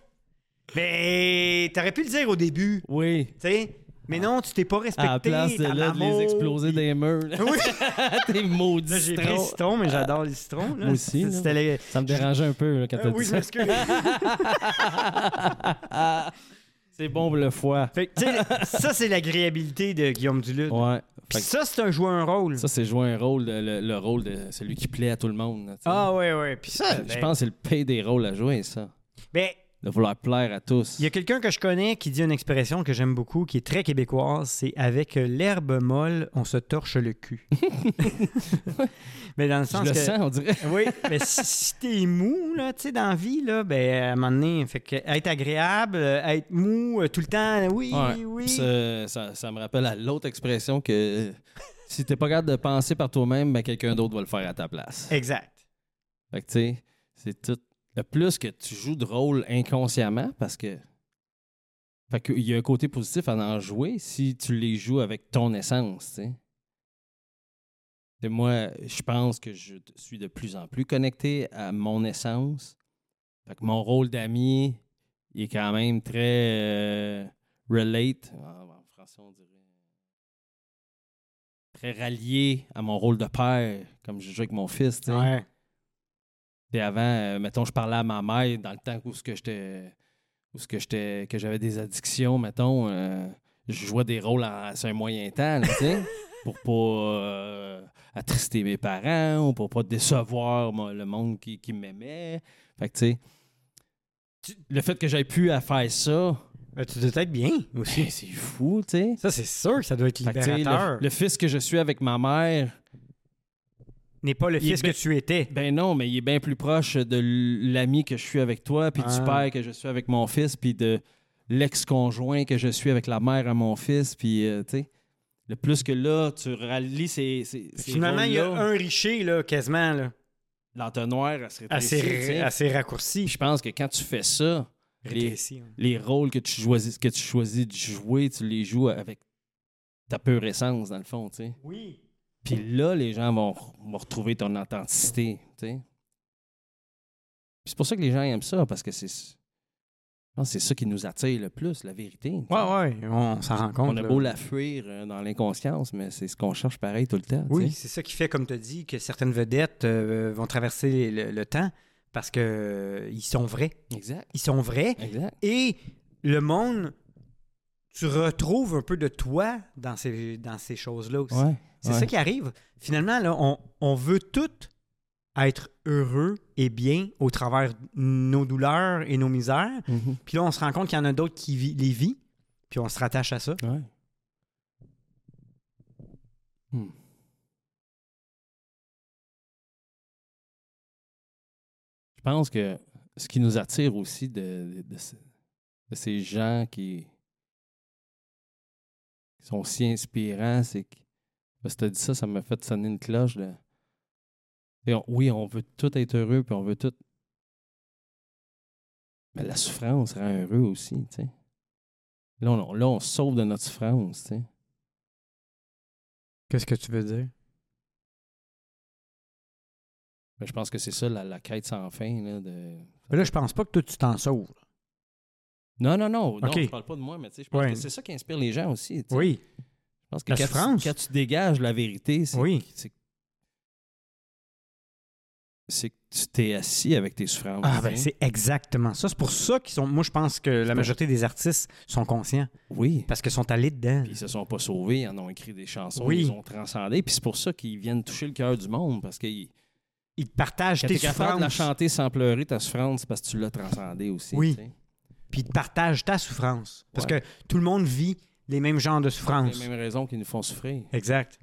Speaker 2: Mais t'aurais pu le dire au début,
Speaker 1: Oui.
Speaker 2: tu sais. Mais non, tu t'es pas respecté.
Speaker 1: À la place de, là, de
Speaker 2: tabarnak.
Speaker 1: les exploser des murs. là.
Speaker 2: Oui.
Speaker 1: T'es maudit.
Speaker 2: Là, j'ai pris le
Speaker 1: citron.
Speaker 2: citron, mais j'adore le citron. là.
Speaker 1: Ah. Moi aussi,
Speaker 2: C'est-
Speaker 1: là. Ah
Speaker 2: C'était les-
Speaker 1: Ça me dérangeait un peu là, quand
Speaker 2: Euh,
Speaker 1: t'as
Speaker 2: oui,
Speaker 1: dit
Speaker 2: je
Speaker 1: ça.
Speaker 2: m'excuse.
Speaker 1: C'est bon pour le foie.
Speaker 2: Fait que, tu sais, ça, c'est l'agréabilité de Guillaume Duluth.
Speaker 1: Ouais.
Speaker 2: Puis
Speaker 1: Fait que
Speaker 2: ça, c'est un joueur un rôle.
Speaker 1: Ça, c'est jouer un rôle, de- le, le rôle de celui qui plaît à tout le monde. là, tu sais.
Speaker 2: ah, ouais, ouais. Puis ça,
Speaker 1: je
Speaker 2: ben,
Speaker 1: pense que c'est le pire des rôles à jouer, ça.
Speaker 2: ben,
Speaker 1: De vouloir plaire à tous.
Speaker 2: il y a quelqu'un que je connais qui dit une expression que j'aime beaucoup, qui est très québécoise c'est avec l'herbe molle, on se torche le cul. mais dans le
Speaker 1: Je
Speaker 2: sens
Speaker 1: le
Speaker 2: que.
Speaker 1: sens, on dirait.
Speaker 2: Oui, mais si, si t'es mou, là, tu sais, dans la vie, là, ben, à un moment donné, fait que être agréable, euh, être mou, euh, tout le temps, oui,
Speaker 1: Ouais.
Speaker 2: oui.
Speaker 1: Puis Ça, ça- ça me rappelle à l'autre expression que euh, si t'es pas capable de penser par toi-même, ben quelqu'un d'autre va le faire à ta place.
Speaker 2: Exact.
Speaker 1: Fait que, tu sais, c'est tout. Le plus que tu joues de rôle inconsciemment, parce que. Fait qu'il y a un côté positif à en jouer si tu les joues avec ton essence, tu sais. Tu sais, Moi, je pense que je suis de plus en plus connecté à mon essence. Fait que mon rôle d'ami, il est quand même très euh, relate. En, en français, on dirait. Très rallié à mon rôle de père, comme je joue avec mon fils, tu sais.
Speaker 2: Ouais.
Speaker 1: Puis avant, euh, mettons, je parlais à ma mère dans le temps où ce que j'étais où ce que j'étais que j'avais des addictions, mettons, euh, je jouais des rôles en- sur un moyen temps, là, tu sais, pour pas euh, attrister mes parents ou pour pas décevoir moi, le monde qui, qui m'aimait. Fait que tu sais, tu- le fait que j'aille plus à faire ça,
Speaker 2: Ben, tu dois être bien aussi.
Speaker 1: c'est Ben, c'est fou, tu sais.
Speaker 2: Ça, c'est sûr que ça doit être
Speaker 1: Fait que, tu sais,
Speaker 2: libérateur.
Speaker 1: le, le fils que je suis avec ma mère,
Speaker 2: N'est pas le
Speaker 1: il est
Speaker 2: fils que
Speaker 1: bien-
Speaker 2: tu étais.
Speaker 1: Ben non, mais il est bien plus proche de l- l'ami que je suis avec toi, puis du
Speaker 2: Ah.
Speaker 1: père que je suis avec mon fils, puis de l'ex-conjoint que je suis avec la mère à mon fils, puis euh, tu sais. Le plus que là, tu rallies ces. ces, ces
Speaker 2: Finalement, il y a
Speaker 1: rôles-là.
Speaker 2: un richer, là, quasiment, là,
Speaker 1: L'entonnoir, elle serait
Speaker 2: assez,
Speaker 1: très ici, tu sais.
Speaker 2: assez
Speaker 1: Puis
Speaker 2: raccourci.
Speaker 1: Je pense que quand tu fais ça, les,
Speaker 2: Rétréci, hein.
Speaker 1: les rôles que tu, choisis, que tu choisis de jouer, tu les joues avec ta pure essence, dans le fond, tu sais.
Speaker 2: Oui.
Speaker 1: Puis là, les gens vont, vont retrouver ton authenticité, tu sais. Puis c'est pour ça que les gens aiment ça, parce que c'est... Je pense que c'est ça qui nous attire le plus, la vérité. tu sais.
Speaker 2: Ouais, ouais, on s'en rend compte.
Speaker 1: On a
Speaker 2: là.
Speaker 1: beau la fuir euh, dans l'inconscience, mais c'est ce qu'on cherche pareil tout le temps. tu
Speaker 2: Oui,
Speaker 1: sais.
Speaker 2: c'est ça qui fait, comme tu as dit, que certaines vedettes euh, vont traverser le, le temps parce que euh, ils sont vrais.
Speaker 1: Exact.
Speaker 2: Ils sont vrais.
Speaker 1: Exact.
Speaker 2: Et le monde, tu retrouves un peu de toi dans ces, dans ces choses-là aussi.
Speaker 1: Ouais,
Speaker 2: C'est
Speaker 1: ouais.
Speaker 2: ça qui arrive. Finalement, là, on, on veut tout être heureux et bien au travers de nos douleurs et nos misères.
Speaker 1: Mhm.
Speaker 2: Puis là, on se rend compte qu'il y en a d'autres qui vi- les vivent, puis on se rattache à ça.
Speaker 1: Ouais. Hmm. Je pense que ce qui nous attire aussi de, de- de ce- de ces gens qui, qui sont si inspirants, c'est que. Parce que t'as dit ça, ça m'a fait sonner une cloche. là. Et on- oui, on veut tout être heureux, puis on veut tout. Mais la souffrance rend heureux aussi, tu sais. Là, on, là, on se sauve de notre souffrance, tu sais.
Speaker 2: Qu'est-ce que tu veux dire?
Speaker 1: Mais je pense que c'est ça, la, la quête sans fin, là, de...
Speaker 2: Mais là, je pense pas que toi, tu t'en sauves.
Speaker 1: Non, non, non, non,
Speaker 2: Ok.
Speaker 1: je parle pas de moi, mais tu sais, je pense
Speaker 2: Ouais.
Speaker 1: que c'est ça qui inspire les gens aussi, tu sais.
Speaker 2: Oui.
Speaker 1: Je pense que
Speaker 2: La
Speaker 1: quand,
Speaker 2: souffrance.
Speaker 1: Tu, quand tu dégages la vérité, c'est
Speaker 2: Oui.
Speaker 1: c'est- c'est que tu t'es assis avec tes souffrances.
Speaker 2: Ah ben
Speaker 1: tu sais.
Speaker 2: c'est exactement ça. C'est pour ça qu'ils sont. Moi je pense que la majorité des artistes sont conscients
Speaker 1: Oui.
Speaker 2: parce qu'ils sont allés dedans.
Speaker 1: Puis ils se sont pas sauvés, ils en ont écrit des chansons,
Speaker 2: Oui.
Speaker 1: ils ont transcendé. Puis c'est pour ça qu'ils viennent toucher le cœur du monde, parce que ils-
Speaker 2: Ils partagent
Speaker 1: quand
Speaker 2: tes
Speaker 1: t'es capable de la
Speaker 2: souffrances.
Speaker 1: chanter sans pleurer ta souffrance, c'est parce que tu l'as transcendée aussi.
Speaker 2: Oui.
Speaker 1: tu sais.
Speaker 2: Puis ils partagent ta souffrance parce
Speaker 1: Ouais.
Speaker 2: que tout le monde vit les mêmes genres de
Speaker 1: Pour
Speaker 2: souffrances.
Speaker 1: les mêmes raisons qui nous font souffrir.
Speaker 2: Exact.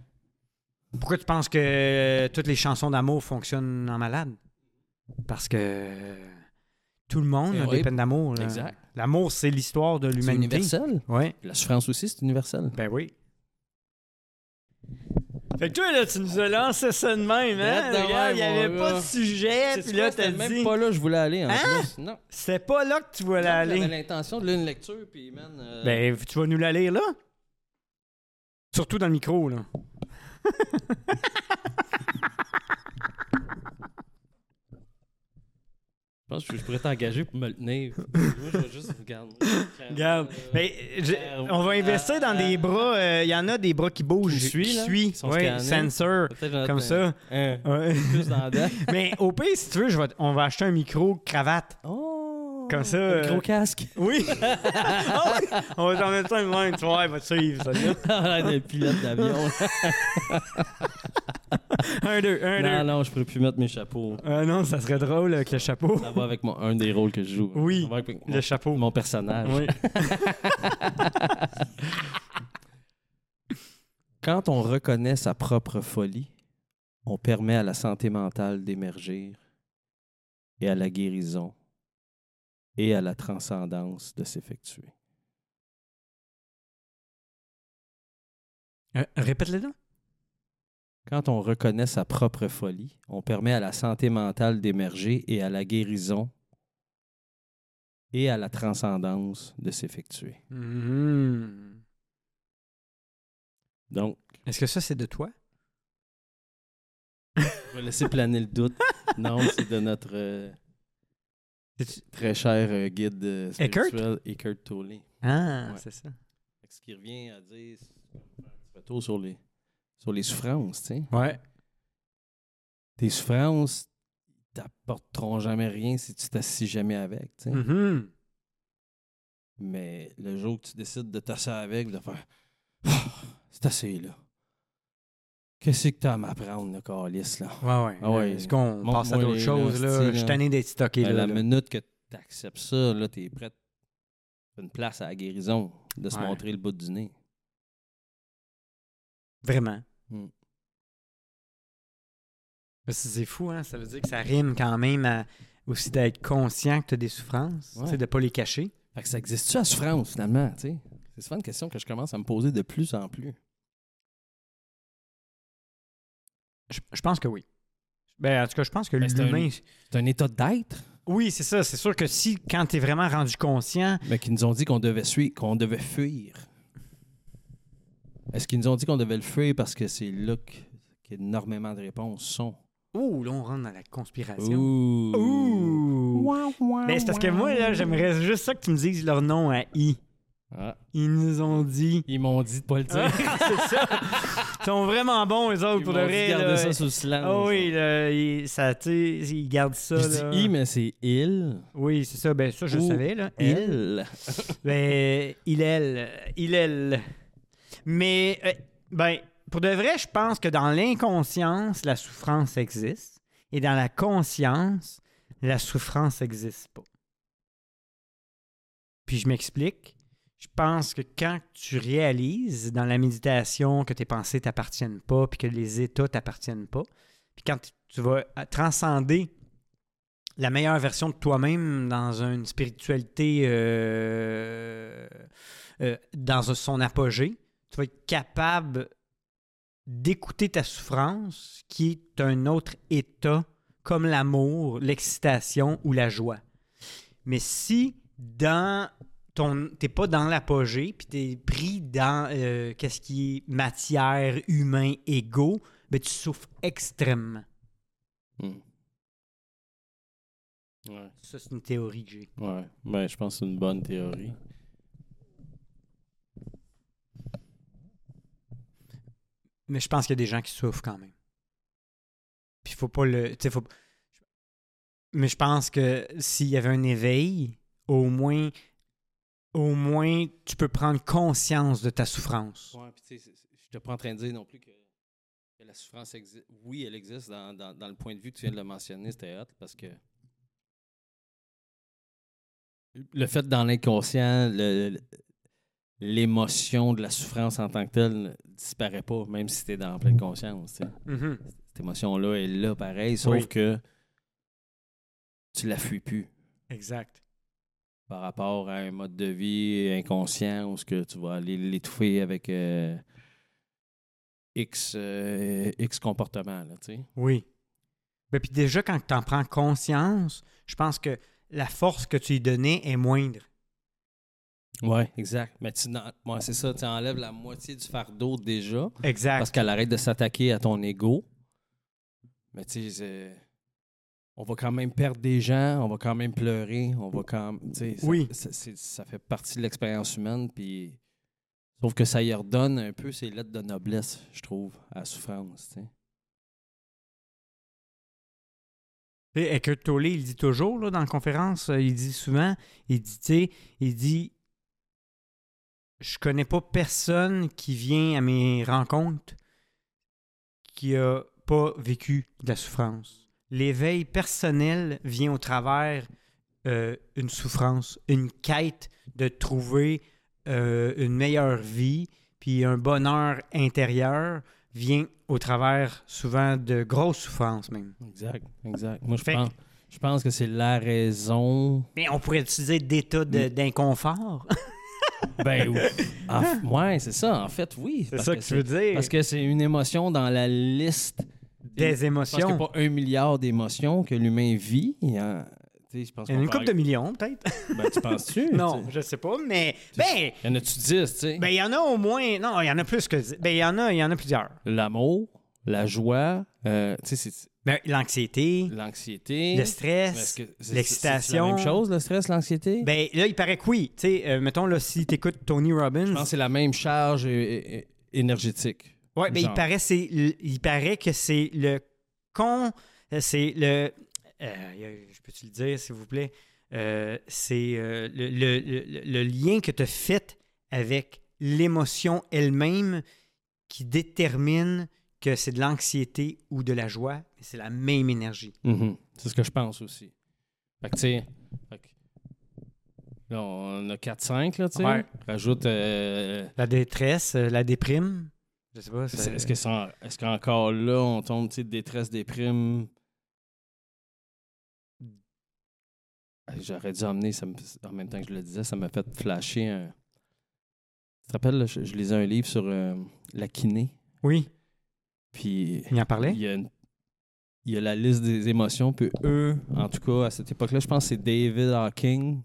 Speaker 2: Pourquoi tu penses que euh, toutes les chansons d'amour fonctionnent en malade Parce que tout le monde
Speaker 1: Eh
Speaker 2: a
Speaker 1: oui.
Speaker 2: des peines d'amour. là.
Speaker 1: Exact.
Speaker 2: L'amour c'est l'histoire de
Speaker 1: C'est
Speaker 2: l'humanité.
Speaker 1: universel.
Speaker 2: Ouais.
Speaker 1: La souffrance aussi, c'est universel.
Speaker 2: Ben oui. Fait que toi, là, tu nous as lancé ça de même, hein?
Speaker 1: Drette de
Speaker 2: Regarde, il
Speaker 1: même,
Speaker 2: n'y
Speaker 1: mon
Speaker 2: avait pas
Speaker 1: gars.
Speaker 2: de sujet, puis là, t'as
Speaker 1: c'était même
Speaker 2: dit...
Speaker 1: pas là que je voulais aller en
Speaker 2: Hein?
Speaker 1: plus. Non.
Speaker 2: C'était pas là que tu voulais
Speaker 1: J'avais
Speaker 2: aller.
Speaker 1: l'intention de lire une lecture, puis man. euh,
Speaker 2: Ben, tu vas nous la lire, là? Surtout dans le micro, là.
Speaker 1: Je pense que je pourrais t'engager pour me le tenir. Moi, je vais juste Euh, regarder.
Speaker 2: Regarde. Ben, je- on va investir dans des bras... euh, Il y en a des bras qui bougent,
Speaker 1: Qui suit, là?
Speaker 2: suit.
Speaker 1: Qui sont
Speaker 2: Ouais,
Speaker 1: scannés.
Speaker 2: sensor, comme ça. Ouais.
Speaker 1: Plus dans la dent.
Speaker 2: Mais au pire, si tu veux, je vais t- on va acheter un micro cravate.
Speaker 1: Oh!
Speaker 2: Comme ça,
Speaker 1: Un
Speaker 2: euh,
Speaker 1: Gros casque.
Speaker 2: Oui! Ah oui! On va t'en mettre ça de même, tu vois, il va te suivre, ça. là.
Speaker 1: Ah, de pilote d'avion.
Speaker 2: Un, deux, un, deux.
Speaker 1: non, non, je pourrais plus mettre mes chapeaux.
Speaker 2: Ah non, ça serait drôle avec le chapeau.
Speaker 1: Ça va avec mon, un des rôles que je joue.
Speaker 2: Oui.
Speaker 1: Ça va avec mon,
Speaker 2: Le chapeau.
Speaker 1: mon personnage.
Speaker 2: Oui.
Speaker 1: Quand on reconnaît sa propre folie, on permet à la santé mentale d'émerger et à la guérison et à la transcendance de s'effectuer.
Speaker 2: Euh, Répète-le donc.
Speaker 1: Quand on reconnaît sa propre folie, on permet à la santé mentale d'émerger et à la guérison et à la transcendance de s'effectuer.
Speaker 2: Mhm.
Speaker 1: Donc,
Speaker 2: Est-ce que ça, c'est de toi?
Speaker 1: je vais laisser planer le doute. Non, c'est de notre euh,
Speaker 2: C'est-
Speaker 1: très cher euh, guide euh,
Speaker 2: Eckhart?
Speaker 1: spirituel, Eckhart Tolle.
Speaker 2: Ah,
Speaker 1: Ouais.
Speaker 2: c'est ça.
Speaker 1: Fait que Ce qui revient à dire, c'est qu'on fait un petit retour sur les, sur les souffrances, tu sais.
Speaker 2: Ouais.
Speaker 1: Tes souffrances t'apporteront jamais rien si tu t'assis jamais avec, tu sais.
Speaker 2: Mhm.
Speaker 1: Mais le jour que tu décides de t'asseoir avec, de faire Ah, c'est assez là. Qu'est-ce que t'as à m'apprendre, le calice, là?
Speaker 2: Ouais, ouais.
Speaker 1: Ah ouais.
Speaker 2: Est-ce qu'on
Speaker 1: Montre-moi
Speaker 2: passe à d'autres
Speaker 1: les-
Speaker 2: choses,
Speaker 1: le
Speaker 2: là?
Speaker 1: style,
Speaker 2: Je suis
Speaker 1: là.
Speaker 2: tanné d'être stocké,
Speaker 1: À
Speaker 2: là.
Speaker 1: Ben, la
Speaker 2: là.
Speaker 1: minute que tu acceptes ça, là, t'es prêt à une place à la guérison, de se
Speaker 2: Ouais.
Speaker 1: montrer le bout du nez.
Speaker 2: Vraiment.
Speaker 1: Mm.
Speaker 2: Parce que C'est fou, hein? Ça veut dire que ça rime quand même à- aussi d'être conscient que tu as des souffrances,
Speaker 1: Ouais.
Speaker 2: tu sais, de ne pas les cacher.
Speaker 1: Fait que ça existe-tu la souffrance, finalement, tu sais? C'est souvent une question que je commence à me poser de plus en plus.
Speaker 2: Je, je pense que oui. Ben, en tout cas, je pense que
Speaker 1: Ben, c'est
Speaker 2: l'humain.
Speaker 1: C'est un état d'être,
Speaker 2: Oui, c'est ça. C'est sûr que si, quand tu es vraiment rendu conscient,
Speaker 1: mais qu'ils nous ont dit qu'on devait suivre, qu'on devait fuir. Est-ce qu'ils nous ont dit qu'on devait le fuir parce que c'est là que- qu'énormément de réponses sont?
Speaker 2: ouh, là, on rentre dans la conspiration.
Speaker 1: Ouh!
Speaker 2: Ouh! Ben, c'est parce que moi, là, j'aimerais juste ça que tu me dises leur nom à I.
Speaker 1: Ah,
Speaker 2: Ils nous ont dit.
Speaker 1: ils m'ont dit de pas le dire.
Speaker 2: c'est ça. Ils sont vraiment bons, les autres,
Speaker 1: Ils
Speaker 2: Ah, pour
Speaker 1: m'ont
Speaker 2: le
Speaker 1: dit
Speaker 2: vrai.
Speaker 1: de garder
Speaker 2: là.
Speaker 1: ça sous le silence.
Speaker 2: Ah oui, là, il, ça, tu sais, il garde ça.
Speaker 1: Je
Speaker 2: là.
Speaker 1: dis « i », mais c'est « il
Speaker 2: Oui, c'est ça. Ben, ça, je le
Speaker 1: Ou
Speaker 2: savais, là. ». Il.
Speaker 1: Elle.
Speaker 2: Ben, il elle. Il elle. Mais, euh, ben, pour de vrai, je pense que dans l'inconscience, la souffrance existe. Et dans la conscience, la souffrance n'existe pas. Puis je m'explique. Je pense que quand tu réalises dans la méditation que tes pensées t'appartiennent pas, puis que les états t'appartiennent pas, puis quand tu- tu vas à- transcender la meilleure version de toi-même dans une spiritualité, euh, euh, dans un- son apogée, tu vas être capable d'écouter ta souffrance, qui est un autre état comme l'amour, l'excitation ou la joie. Mais si dans ton t'es pas dans l'apogée puis t'es pris dans euh, qu'est-ce qui est matière, humain, égo, ben tu souffres extrêmement.
Speaker 1: Hmm. Ouais,
Speaker 2: Ça c'est une théorie que j'ai.
Speaker 1: ouais. Ben, je pense que c'est une bonne théorie.
Speaker 2: Mais je pense qu'il y a des gens qui souffrent quand même. Puis faut pas le. tu sais, faut- Mais je pense que s'il y avait un éveil, au moins, au moins, tu peux prendre conscience de ta souffrance.
Speaker 1: Ouais, puis tu sais, c'est- c'est- je te pas en train de dire non plus que, que la souffrance existe. Oui, elle existe dans, dans- dans le point de vue que tu viens de le mentionner, c'était hot, parce que le fait dans l'inconscient, le- le- l'émotion de la souffrance en tant que telle ne disparaît pas, même si tu es dans pleine conscience. tu sais.
Speaker 2: Mhm.
Speaker 1: Cette émotion-là est là pareil, sauf
Speaker 2: Oui.
Speaker 1: que tu la fuis plus
Speaker 2: Exact.
Speaker 1: par rapport à un mode de vie inconscient où ce que tu vas aller l'étouffer avec euh, X, euh, X comportement. Là, tu sais.
Speaker 2: Oui. Mais puis déjà, quand tu en prends conscience, je pense que la force que tu y donnais est moindre.
Speaker 1: Ouais, exact. Mais tu n'en- ouais, c'est ça, tu enlèves la moitié du fardeau déjà
Speaker 2: Exact.
Speaker 1: parce qu'elle arrête de s'attaquer à ton ego. Mais tu sais, c'est- on va quand même perdre des gens, on va quand même pleurer, on va quand même. tu sais, ça-
Speaker 2: Oui.
Speaker 1: Ça, c'est- ça fait partie de l'expérience humaine, puis. Sauf que ça y redonne un peu ses lettres de noblesse, je trouve, à la souffrance. tu sais.
Speaker 2: Tu sais, Eckhart Tolle, il dit toujours là, dans la conférence, euh, il dit souvent, il dit, tu sais, il dit, je connais pas personne qui vient à mes rencontres qui a pas vécu de la souffrance. L'éveil personnel vient au travers euh, une souffrance, une quête de trouver euh, une meilleure vie, puis un bonheur intérieur vient au travers souvent de grosses souffrances même.
Speaker 1: Exact, exact. Moi, je
Speaker 2: Fait que-
Speaker 1: pense, je pense que c'est la raison.
Speaker 2: Mais on pourrait utiliser d'état de-
Speaker 1: Mm.
Speaker 2: d'inconfort.
Speaker 1: Ben oui. En f- ouais, c'est ça. En fait, oui.
Speaker 2: C'est
Speaker 1: Parce
Speaker 2: ça que, tu veux dire.
Speaker 1: Parce que c'est une émotion dans la liste.
Speaker 2: Des
Speaker 1: Je pense qu'il
Speaker 2: émotions.
Speaker 1: n'y a pas un milliard d'émotions que l'humain vit. Il y a- tu sais, Je pense
Speaker 2: Il y en a
Speaker 1: qu'on
Speaker 2: Une coupe de
Speaker 1: parle-
Speaker 2: millions, peut-être.
Speaker 1: Ben, tu penses-tu?
Speaker 2: non,
Speaker 1: tu sais?
Speaker 2: je sais pas, mais. Ben,
Speaker 1: Il y en a-tu dix, tu sais?
Speaker 2: ben, il y en a au moins. Non, il y en a plus que. dix. Ben, il y en a, il y en a plusieurs.
Speaker 1: L'amour, la joie, euh, tu sais, c'est-
Speaker 2: Ben, l'anxiété,
Speaker 1: l'anxiété.
Speaker 2: le
Speaker 1: Est-ce
Speaker 2: stress,
Speaker 1: que c'est- c'est- C'est la
Speaker 2: l'excitation.
Speaker 1: même chose, le stress, l'anxiété?
Speaker 2: Ben, là, il paraît que oui. Tu sais, euh, mettons, là, si t'écoutes Tony
Speaker 1: Je
Speaker 2: Robbins.
Speaker 1: pense que c'est la même charge euh, euh, énergétique.
Speaker 2: Ouais, ben, il
Speaker 1: Genre.
Speaker 2: paraît, c'est, l- il paraît que c'est le con. C'est le. euh, y a- je peux-tu le dire, s'il vous plaît? Euh, c'est euh, le, le- le- le lien que tu as fait avec l'émotion elle-même qui détermine que c'est de l'anxiété ou de la joie, mais c'est la même énergie.
Speaker 1: Mhm. C'est ce que je pense aussi. Fait que, tu sais, fait que- là, on a 4-5, là, tu sais.
Speaker 2: Ouais.
Speaker 1: Rajoute, euh,
Speaker 2: La détresse, euh, la déprime. Je sais pas.
Speaker 1: c'est-
Speaker 2: ça-
Speaker 1: est-ce que ça- est-ce qu'encore là, on tombe, tu sais, de détresse, déprime? Ah, J'aurais dû emmener, ça me- en même temps que je le disais, ça m'a fait flasher un... Tu te rappelles, là, je, je lisais un livre sur euh, la kiné,
Speaker 2: Oui,
Speaker 1: puis...
Speaker 2: il en parlait.
Speaker 1: Il y a, une- il y a la liste des émotions, puis eux, en tout cas, à cette époque-là, je pense que c'est David Hawking.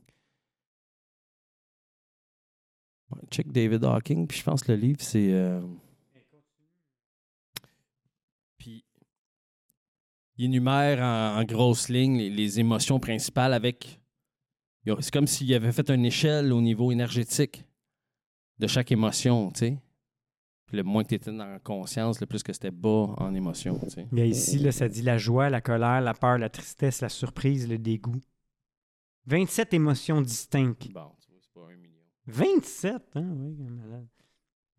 Speaker 1: Ouais, check David Hawking, puis je pense que le livre, c'est. euh, Puis. Il énumère en, en grosses lignes les, les émotions principales avec. il y a- C'est comme s'il avait fait une échelle au niveau énergétique de chaque émotion, tu sais. Puis Le moins que tu étais dans la conscience, le plus que c'était bas en émotion, tu sais.
Speaker 2: Bien, ici, là, ça dit la joie, la colère, la peur, la tristesse, la surprise, le dégoût. 27 émotions distinctes.
Speaker 1: Bon, tu vois, c'est pas un million.
Speaker 2: 27, hein? Oui, comme malade.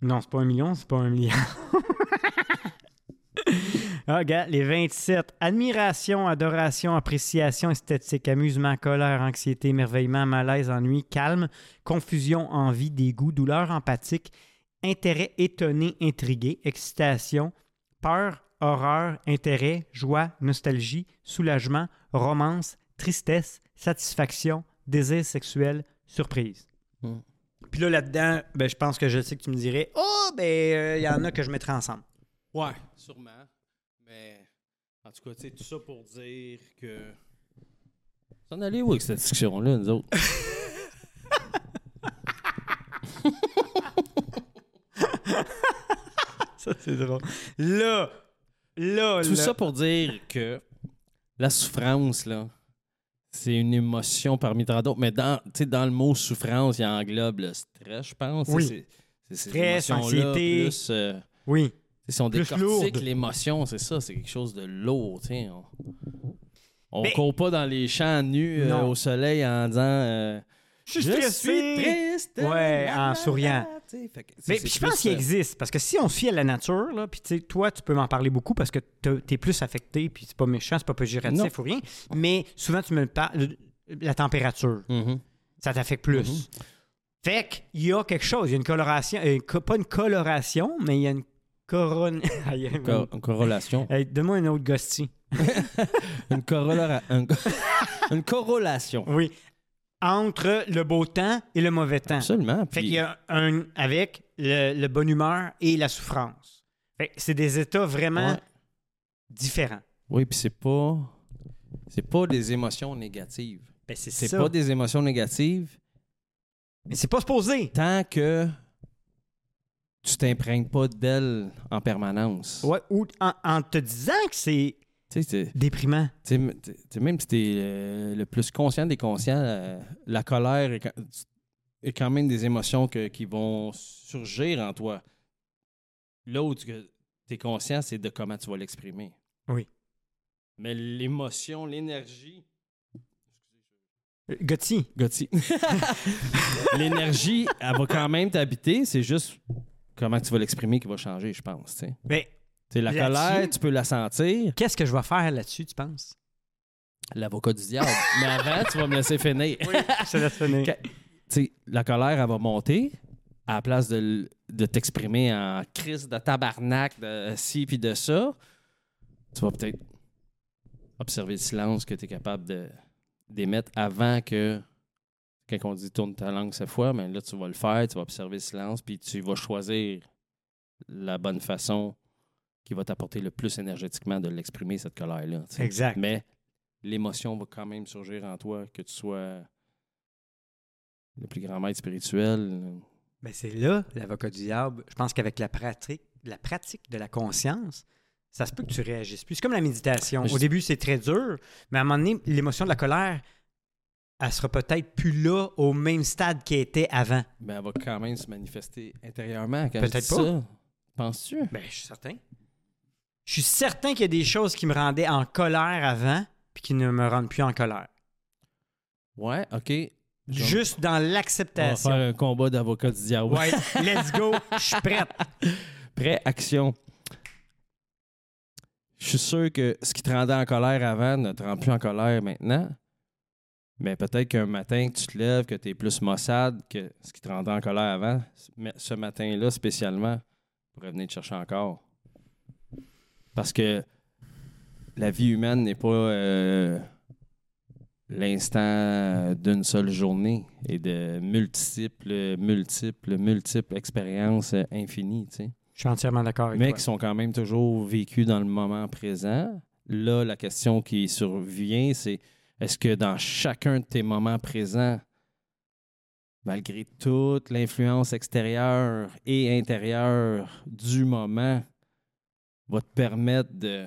Speaker 2: Non, c'est pas un million, c'est pas un milliard. Ah, regarde, les 27. Admiration, adoration, appréciation, esthétique, amusement, colère, anxiété, émerveillement, malaise, ennui, calme, confusion, envie, dégoût, douleur empathique, intérêt étonné, intrigué, excitation, peur, horreur, intérêt, joie, nostalgie, soulagement, romance, tristesse, satisfaction, désir sexuel, surprise.
Speaker 1: Mm.
Speaker 2: Puis là, là-dedans, ben, je pense que je sais que tu me dirais Oh, ben, il y en a que je mettrai ensemble.
Speaker 1: Ouais, sûrement. Mais en tout cas, tu sais, tout ça pour dire que. S'en aller où avec cette discussion-là, nous autres?
Speaker 2: Ça, c'est drôle. Là, là,
Speaker 1: tout
Speaker 2: là.
Speaker 1: ça pour dire que la souffrance, là, c'est une émotion parmi tant d'autres. Mais dans, tu sais, dans le mot souffrance, il englobe le stress, je pense.
Speaker 2: Oui.
Speaker 1: C'est- C'est c'est ces
Speaker 2: Stress,
Speaker 1: émotions-là,
Speaker 2: anxiété.
Speaker 1: Plus, euh,
Speaker 2: Oui.
Speaker 1: si on
Speaker 2: Plus
Speaker 1: décortique
Speaker 2: lourde.
Speaker 1: l'émotion, c'est ça, c'est quelque chose de lourd. tu sais, On, on
Speaker 2: Mais-
Speaker 1: court pas dans les champs nus euh,
Speaker 2: Non.
Speaker 1: au soleil en disant. euh,
Speaker 2: Je suis stressé.
Speaker 1: triste.
Speaker 2: Ouais, en
Speaker 1: la, la,
Speaker 2: souriant.
Speaker 1: la, tu sais, fait que c'est-
Speaker 2: Mais
Speaker 1: c'est
Speaker 2: Ben, puis je
Speaker 1: plus,
Speaker 2: pense qu'il
Speaker 1: euh,
Speaker 2: existe, parce que si on se fie à la nature, là, puis tu sais, toi, tu peux m'en parler beaucoup parce que t'as- t'es plus affecté, puis c'est pas méchant, c'est pas
Speaker 1: Non.
Speaker 2: péjoratif ou rien, mais souvent, tu me parles euh, la température,
Speaker 1: Mhm.
Speaker 2: ça t'affecte plus.
Speaker 1: Mm-hmm.
Speaker 2: Fait qu'il y a quelque chose, il y a une coloration, euh, co- pas une coloration, mais il y a une couronne. Aïe, aïe,
Speaker 1: Cor- une corrélation.
Speaker 2: aïe. Hey, Donne-moi un autre gosti.
Speaker 1: une, corrélation une corrélation.
Speaker 2: Oui. Entre le beau temps et le mauvais temps.
Speaker 1: Absolument.
Speaker 2: Fait
Speaker 1: puis-
Speaker 2: qu'il y a un avec le, le bonne humeur et la souffrance. Fait que c'est des états vraiment
Speaker 1: Ouais.
Speaker 2: différents.
Speaker 1: Oui, puis c'est pas. C'est pas des émotions négatives.
Speaker 2: Ben, c'est
Speaker 1: C'est
Speaker 2: ça.
Speaker 1: pas des émotions négatives
Speaker 2: Mais c'est pas supposé.
Speaker 1: tant que tu t'imprègnes pas d'elles en permanence.
Speaker 2: Ouais, ou en, en te disant que c'est
Speaker 1: Tu sais, c'est-
Speaker 2: déprimant.
Speaker 1: Tu sais, m- tu- tu sais, même si tu es le plus conscient des conscients, euh, la colère est, quand- est quand même des émotions que- qui vont surgir en toi. Là où tu es conscient, c'est de comment tu vas l'exprimer.
Speaker 2: Oui.
Speaker 1: Mais l'émotion, l'énergie.
Speaker 2: Euh, Gotti,
Speaker 1: Gotti. l'énergie, elle va quand même t'habiter. C'est juste comment tu vas l'exprimer qui va changer, je pense. tu sais.
Speaker 2: mais
Speaker 1: Tu sais, la
Speaker 2: Là-dessus-
Speaker 1: colère, tu peux la sentir.
Speaker 2: ben, qu'est-ce que je vais faire là-dessus, tu penses?
Speaker 1: L'avocat du diable. Mais avant, tu vas me laisser finir.
Speaker 2: Ça laisse sonner.
Speaker 1: Qu'est- tu sais, la colère, elle va monter. À la place de, l- de t'exprimer en crise de tabarnak, de ci puis de ça, tu vas peut-être observer le silence que tu es capable de d'émettre avant que quand on dit tourne ta langue cette fois, mais là, tu vas le faire, tu vas observer le silence, puis tu vas choisir la bonne façon qui va t'apporter le plus énergétiquement de l'exprimer, cette colère-là. tu sais.
Speaker 2: Exact.
Speaker 1: Mais l'émotion va quand même surgir en toi, que tu sois le plus grand maître spirituel.
Speaker 2: Ben, c'est là, l'avocat du diable. Je pense qu'avec la pratique, la pratique de la conscience, ça se peut que tu réagisses plus. C'est comme la méditation.
Speaker 1: Mais je-
Speaker 2: Au début, c'est très dur, mais à un moment donné, l'émotion de la colère, elle sera peut-être plus là au même stade qu'elle était avant.
Speaker 1: Mais elle va quand même se manifester intérieurement quand
Speaker 2: Peut-être
Speaker 1: je dis
Speaker 2: pas.
Speaker 1: ça. Penses-tu?
Speaker 2: Ben, je suis certain. Je suis certain qu'il y a des choses qui me rendaient en colère avant, puis qui ne me rendent plus en colère.
Speaker 1: Ouais, OK. Genre,
Speaker 2: Juste dans
Speaker 1: on va
Speaker 2: l'acceptation.
Speaker 1: faire un combat d'avocat du diable.
Speaker 2: Ouais, let's go, je suis prête.
Speaker 1: Prêt, action. Je suis sûr que ce qui te rendait en colère avant ne te rend plus en colère maintenant. Mais peut-être qu'un matin, que tu te lèves, que tu es plus maussade que ce qui te rendait en colère avant. Mais ce matin-là, spécialement, pourrait venir te chercher encore. Parce que la vie humaine n'est pas euh, l'instant d'une seule journée et de multiples, multiples, multiples expériences euh, infinies. tu sais
Speaker 2: Je suis entièrement d'accord avec
Speaker 1: mais
Speaker 2: toi.
Speaker 1: qui sont quand même toujours vécus dans le moment présent. Là, la question qui survient, c'est est-ce que dans chacun de tes moments présents, malgré toute l'influence extérieure et intérieure du moment, va te permettre de-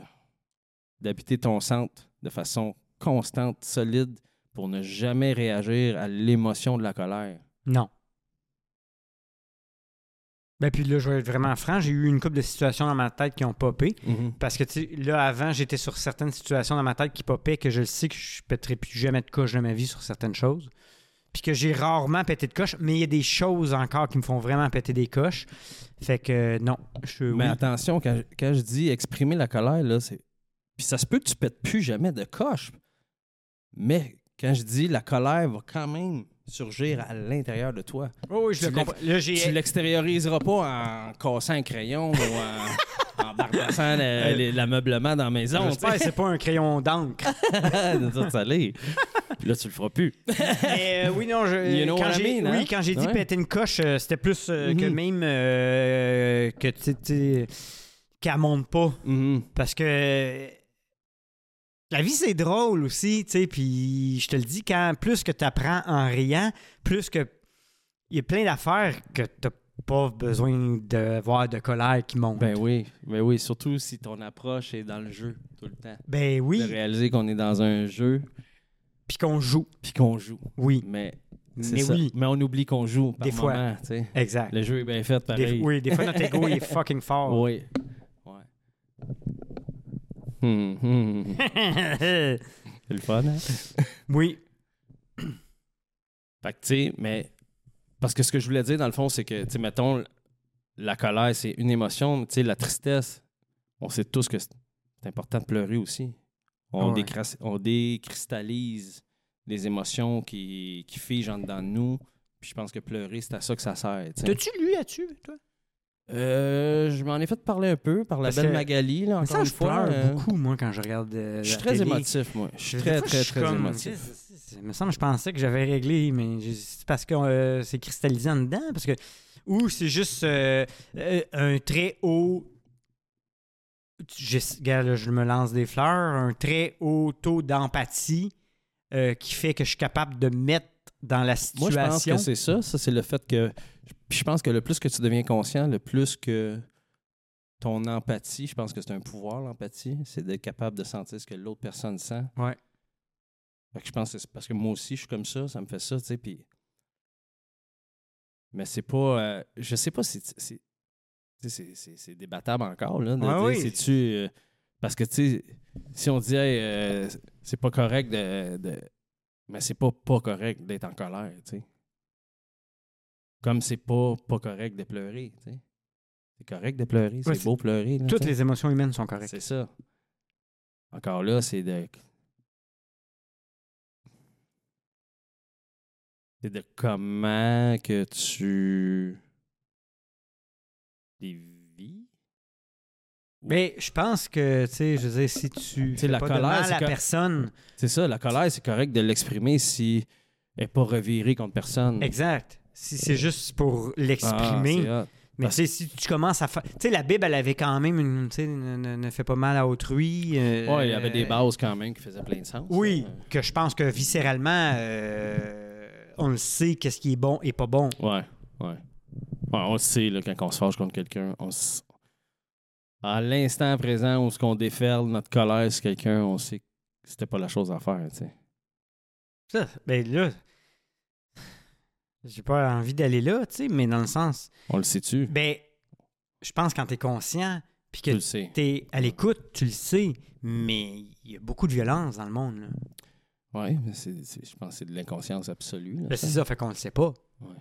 Speaker 1: d'habiter ton centre de façon constante, solide, pour ne jamais réagir à l'émotion de la colère?
Speaker 2: Non. Ben puis là, je vais être vraiment franc, j'ai eu une couple de situations dans ma tête qui ont popé. Parce que, tu sais, là, avant, j'étais sur certaines situations dans ma tête qui popaient, que je le sais que je pèterai plus jamais de coche de ma vie sur certaines choses. Puis que j'ai rarement pété de coche, mais il y a des choses encore qui me font vraiment péter des coches. Fait que, euh, non. Je,
Speaker 1: Mais
Speaker 2: oui.
Speaker 1: attention, quand, je- quand je dis exprimer la colère, là, c'est. Puis ça se peut que tu pètes plus jamais de coche. Mais quand je dis la colère va quand même surgir à l'intérieur de toi.
Speaker 2: Oh, oui, je
Speaker 1: tu
Speaker 2: le comprends. Là, j'ai-
Speaker 1: Tu l'extérioriseras pas en cassant un crayon ou en, en bardassant le- le- l'ameublement dans la maison.
Speaker 2: J'espère que c'est pas un crayon d'encre.
Speaker 1: de toute salée. Puis là, tu le feras plus.
Speaker 2: Mais euh, oui, non, je-
Speaker 1: You know
Speaker 2: quand
Speaker 1: what I
Speaker 2: j'ai
Speaker 1: mean, hein?
Speaker 2: oui, quand j'ai dit
Speaker 1: Ouais.
Speaker 2: péter une coche, euh, c'était plus euh, que
Speaker 1: Mhm.
Speaker 2: même euh, que tu sais, tu sais, qu'elle monte pas.
Speaker 1: Mhm.
Speaker 2: Parce que euh, la vie, c'est drôle aussi, tu sais. Puis je te le dis, quand plus que tu apprends en riant, plus que. Il y a plein d'affaires que t'as pas besoin d'avoir de colère qui monte.
Speaker 1: Ben oui, ben oui, surtout si ton approche est dans le jeu tout le temps.
Speaker 2: Ben
Speaker 1: De
Speaker 2: oui,
Speaker 1: réaliser qu'on est dans un jeu
Speaker 2: puis qu'on joue.
Speaker 1: puis qu'on joue.
Speaker 2: Oui,
Speaker 1: Mais C'est
Speaker 2: mais
Speaker 1: ça.
Speaker 2: oui,
Speaker 1: Mais on oublie qu'on joue par
Speaker 2: Des fois.
Speaker 1: moment, tu sais.
Speaker 2: exact.
Speaker 1: Le jeu est bien fait,
Speaker 2: Des-
Speaker 1: pareil.
Speaker 2: oui, des fois, notre ego, il est fucking fort.
Speaker 1: Oui. Ouais. Hum, hum, hum. C'est le fun, hein?
Speaker 2: oui,
Speaker 1: Fait que, tu sais, mais... Parce que ce que je voulais dire, dans le fond, c'est que, tu sais, mettons, la colère, c'est une émotion. mais Tu sais, la tristesse, on sait tous que c'est c'est important de pleurer aussi. On,
Speaker 2: Ouais.
Speaker 1: décras- on décristallise les émotions qui, qui figent en dedans de nous. Puis je pense que pleurer, c'est à ça que ça sert. tu sais.
Speaker 2: T'as-tu lu là-dessus, toi?
Speaker 1: Euh, je m'en ai fait parler un peu par la
Speaker 2: Parce
Speaker 1: belle
Speaker 2: que-
Speaker 1: Magali, là, encore
Speaker 2: ça,
Speaker 1: une
Speaker 2: je
Speaker 1: fois.
Speaker 2: pleure
Speaker 1: euh,
Speaker 2: beaucoup, moi, quand je regarde euh,
Speaker 1: Je suis
Speaker 2: la
Speaker 1: très
Speaker 2: télé.
Speaker 1: émotif, moi. Je suis
Speaker 2: Des
Speaker 1: très,
Speaker 2: fois,
Speaker 1: très,
Speaker 2: je suis
Speaker 1: très
Speaker 2: comme,
Speaker 1: émotif.
Speaker 2: Christ, c'est- c'est- Il me semble, je pensais que j'avais réglé, mais j'ai- c'est parce que euh, c'est cristallisé en dedans, parce que... Ou c'est juste euh, euh, un très haut... tu- Je, regarde, là, je me lance des fleurs, un très haut taux d'empathie euh, qui fait que je suis capable de mettre dans
Speaker 1: Moi,
Speaker 2: la
Speaker 1: je
Speaker 2: situation.
Speaker 1: pense que c'est ça. Ça, c'est le fait que. Puis je pense que le plus que tu deviens conscient, le plus que ton empathie, je pense que c'est un pouvoir, l'empathie, c'est d'être capable de sentir ce que l'autre personne sent.
Speaker 2: Ouais.
Speaker 1: Fait que je pense que c'est parce que moi aussi, je suis comme ça, ça me fait ça, tu sais. Puis. Mais c'est pas. euh, je sais pas si. si- tu sais, C'est c'est- c'est débattable encore, là. De
Speaker 2: Ouais,
Speaker 1: dire,
Speaker 2: oui.
Speaker 1: c'est-tu. euh, parce que, tu sais, si on dit, Hey, euh, c'est pas correct de. de- mais c'est pas pas correct d'être en colère, tu sais. Comme c'est pas pas correct de pleurer, tu sais. C'est correct de pleurer, c'est
Speaker 2: Ouais, c'est-
Speaker 1: beau pleurer. là,
Speaker 2: Toutes
Speaker 1: tu sais.
Speaker 2: les émotions humaines sont correctes.
Speaker 1: C'est ça. Encore là, c'est de. C'est de comment que tu. les vis.
Speaker 2: Mais je pense que, tu sais, je veux dire, si tu
Speaker 1: sais,
Speaker 2: fais
Speaker 1: la
Speaker 2: pas de
Speaker 1: colère,
Speaker 2: mal
Speaker 1: c'est
Speaker 2: à
Speaker 1: que-
Speaker 2: personne...
Speaker 1: C'est ça, la colère, c'est correct de l'exprimer si n'est pas revirée contre personne.
Speaker 2: Exact. Si c'est juste pour
Speaker 1: Ah,
Speaker 2: l'exprimer.
Speaker 1: c'est hot.
Speaker 2: mais tu sais, si tu commences à faire. Tu sais, la Bible, elle avait quand même une. Tu sais, ne, ne- ne fait pas mal à autrui. euh,
Speaker 1: Ouais, il y avait des bases quand même qui faisaient plein de sens.
Speaker 2: Oui,
Speaker 1: Euh,
Speaker 2: que je pense que viscéralement, euh, on le sait, qu'est-ce qui est bon et pas bon.
Speaker 1: Ouais, ouais. Ouais, on le sait, là, quand on se fâche contre quelqu'un, on s- À l'instant présent où ce qu'on déferle notre colère sur quelqu'un, on sait que c'était pas la chose à faire, tu sais.
Speaker 2: Ça, ben là, j'ai pas envie d'aller là, tu sais, mais dans le sens,
Speaker 1: On le sait-tu?
Speaker 2: ben, je pense quand t'es conscient, puis que
Speaker 1: Tu le sais.
Speaker 2: t'es à l'écoute, tu le sais, mais il y a beaucoup de violence dans le monde. là.
Speaker 1: Ouais, mais c'est- c'est- je pense que c'est de l'inconscience absolue. là,
Speaker 2: Ben,
Speaker 1: ça.
Speaker 2: c'est ça, fait qu'on le sait pas.
Speaker 1: Ouais.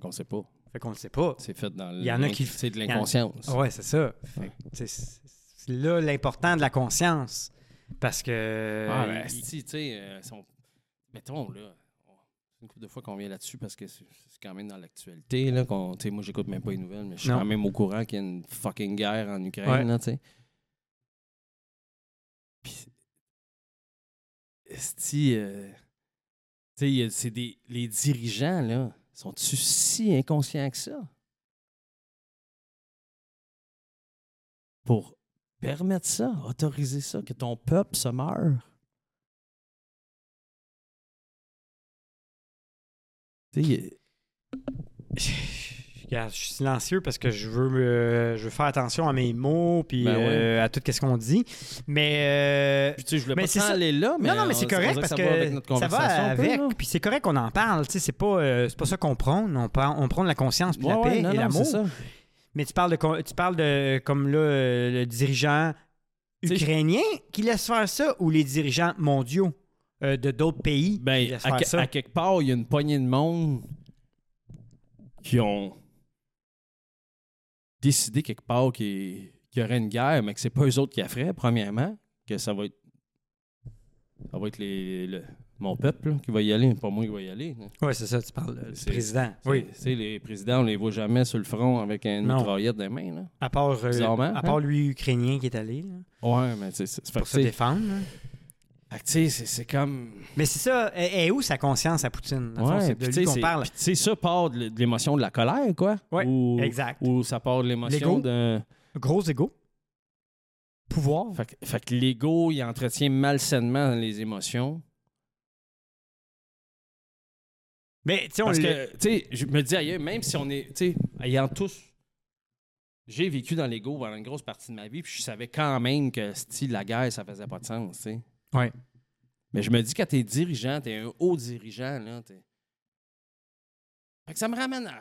Speaker 1: Qu'on sait pas.
Speaker 2: Fait qu'on le sait pas.
Speaker 1: C'est fait dans
Speaker 2: Il y en a qui-
Speaker 1: C'est de
Speaker 2: y en-
Speaker 1: l'inconscience.
Speaker 2: Ouais, c'est ça. Fait
Speaker 1: Ouais.
Speaker 2: que, tu sais, c'est c'est là l'important de la conscience. Parce que.
Speaker 1: Ah, ben, si, tu sais, euh, si on- mettons, là, on- une couple de fois qu'on vient là-dessus parce que c'est c'est quand même dans l'actualité, là, qu'on, tu sais, moi, j'écoute même pas les nouvelles, mais je suis
Speaker 2: Non.
Speaker 1: quand même au courant qu'il y a une fucking guerre en Ukraine,
Speaker 2: Ouais.
Speaker 1: là, tu sais. Puis, esti, euh, tu sais, il y a- c'est des, les dirigeants, là, sont-tu si inconscients que ça? Pour permettre ça, autoriser ça, que ton peuple se meure. Tu sais, il y a-
Speaker 2: Je- regarde, je suis silencieux parce que je veux, me- je veux faire attention à mes mots puis
Speaker 1: Ben ouais.
Speaker 2: euh, à tout ce qu'on dit. Mais. euh,
Speaker 1: Puis tu sais, je voulais
Speaker 2: Mais
Speaker 1: pas
Speaker 2: c'est
Speaker 1: tant
Speaker 2: ça.
Speaker 1: aller là, mais
Speaker 2: non, non, mais
Speaker 1: on-
Speaker 2: c'est
Speaker 1: on
Speaker 2: correct
Speaker 1: dirait
Speaker 2: parce
Speaker 1: ça va avec
Speaker 2: que
Speaker 1: notre
Speaker 2: ça va
Speaker 1: conversation un peu,
Speaker 2: avec.
Speaker 1: là.
Speaker 2: puis c'est correct qu'on en parle. tu sais, C'est pas, euh, c'est pas ça qu'on prône. On, prend- on prône la conscience puis la
Speaker 1: Ouais,
Speaker 2: paix
Speaker 1: ouais, non,
Speaker 2: et
Speaker 1: non,
Speaker 2: l'amour.
Speaker 1: c'est ça.
Speaker 2: Mais tu parles de, con- tu parles de comme là, euh, le dirigeant
Speaker 1: Tu sais,
Speaker 2: ukrainien qui laisse faire ça ou les dirigeants mondiaux euh, de d'autres pays qui
Speaker 1: Ben,
Speaker 2: laissent
Speaker 1: à,
Speaker 2: faire
Speaker 1: que-
Speaker 2: ça.
Speaker 1: à quelque part, il y a une poignée de monde qui ont décidé quelque part qu'il qu'il y aurait une guerre, mais que c'est pas eux autres qui la feraient, premièrement, que ça va être ça va être les, le- mon peuple là, qui va y aller, pas moi qui va y aller. là.
Speaker 2: Oui, c'est ça, tu parles euh, du
Speaker 1: C'est-
Speaker 2: président.
Speaker 1: Tu
Speaker 2: Oui,
Speaker 1: sais, tu sais, les présidents, on les voit jamais sur le front avec une
Speaker 2: Non.
Speaker 1: mitraillette dans les mains. Là.
Speaker 2: à part, euh,
Speaker 1: Bizarrement,
Speaker 2: à part lui ukrainien qui est allé là,
Speaker 1: Ouais, mais tu sais, c'est- fait que
Speaker 2: pour
Speaker 1: tu
Speaker 2: se
Speaker 1: sais,
Speaker 2: défendre. là.
Speaker 1: fait que tu sais, c'est c'est comme...
Speaker 2: Mais c'est ça, est est où sa conscience à Poutine? Dans le fond,
Speaker 1: Ouais,
Speaker 2: c'est
Speaker 1: puis
Speaker 2: de
Speaker 1: tu sais,
Speaker 2: lui qu'on
Speaker 1: c'est-
Speaker 2: parle.
Speaker 1: puis tu sais, ça part de l- de l'émotion de la colère, quoi.
Speaker 2: Ouais,
Speaker 1: ou,
Speaker 2: exact.
Speaker 1: Ou ça part de
Speaker 2: L'ego.
Speaker 1: l'émotion de...
Speaker 2: Gros égo. Pouvoir.
Speaker 1: Fait que, fait que l'ego, il entretient malsainement les émotions.
Speaker 2: Mais tu sais, on
Speaker 1: Parce
Speaker 2: le...
Speaker 1: que, tu sais, je me dis ailleurs, même si on est, tu sais, ayant tous... J'ai vécu dans l'ego pendant une grosse partie de ma vie, puis je savais quand même que, style, la guerre, ça faisait pas de sens, tu sais.
Speaker 2: Ouais.
Speaker 1: Mais je me dis, quand t'es dirigeant, t'es un haut dirigeant, là, t'es... Fait que ça me ramène à... Là,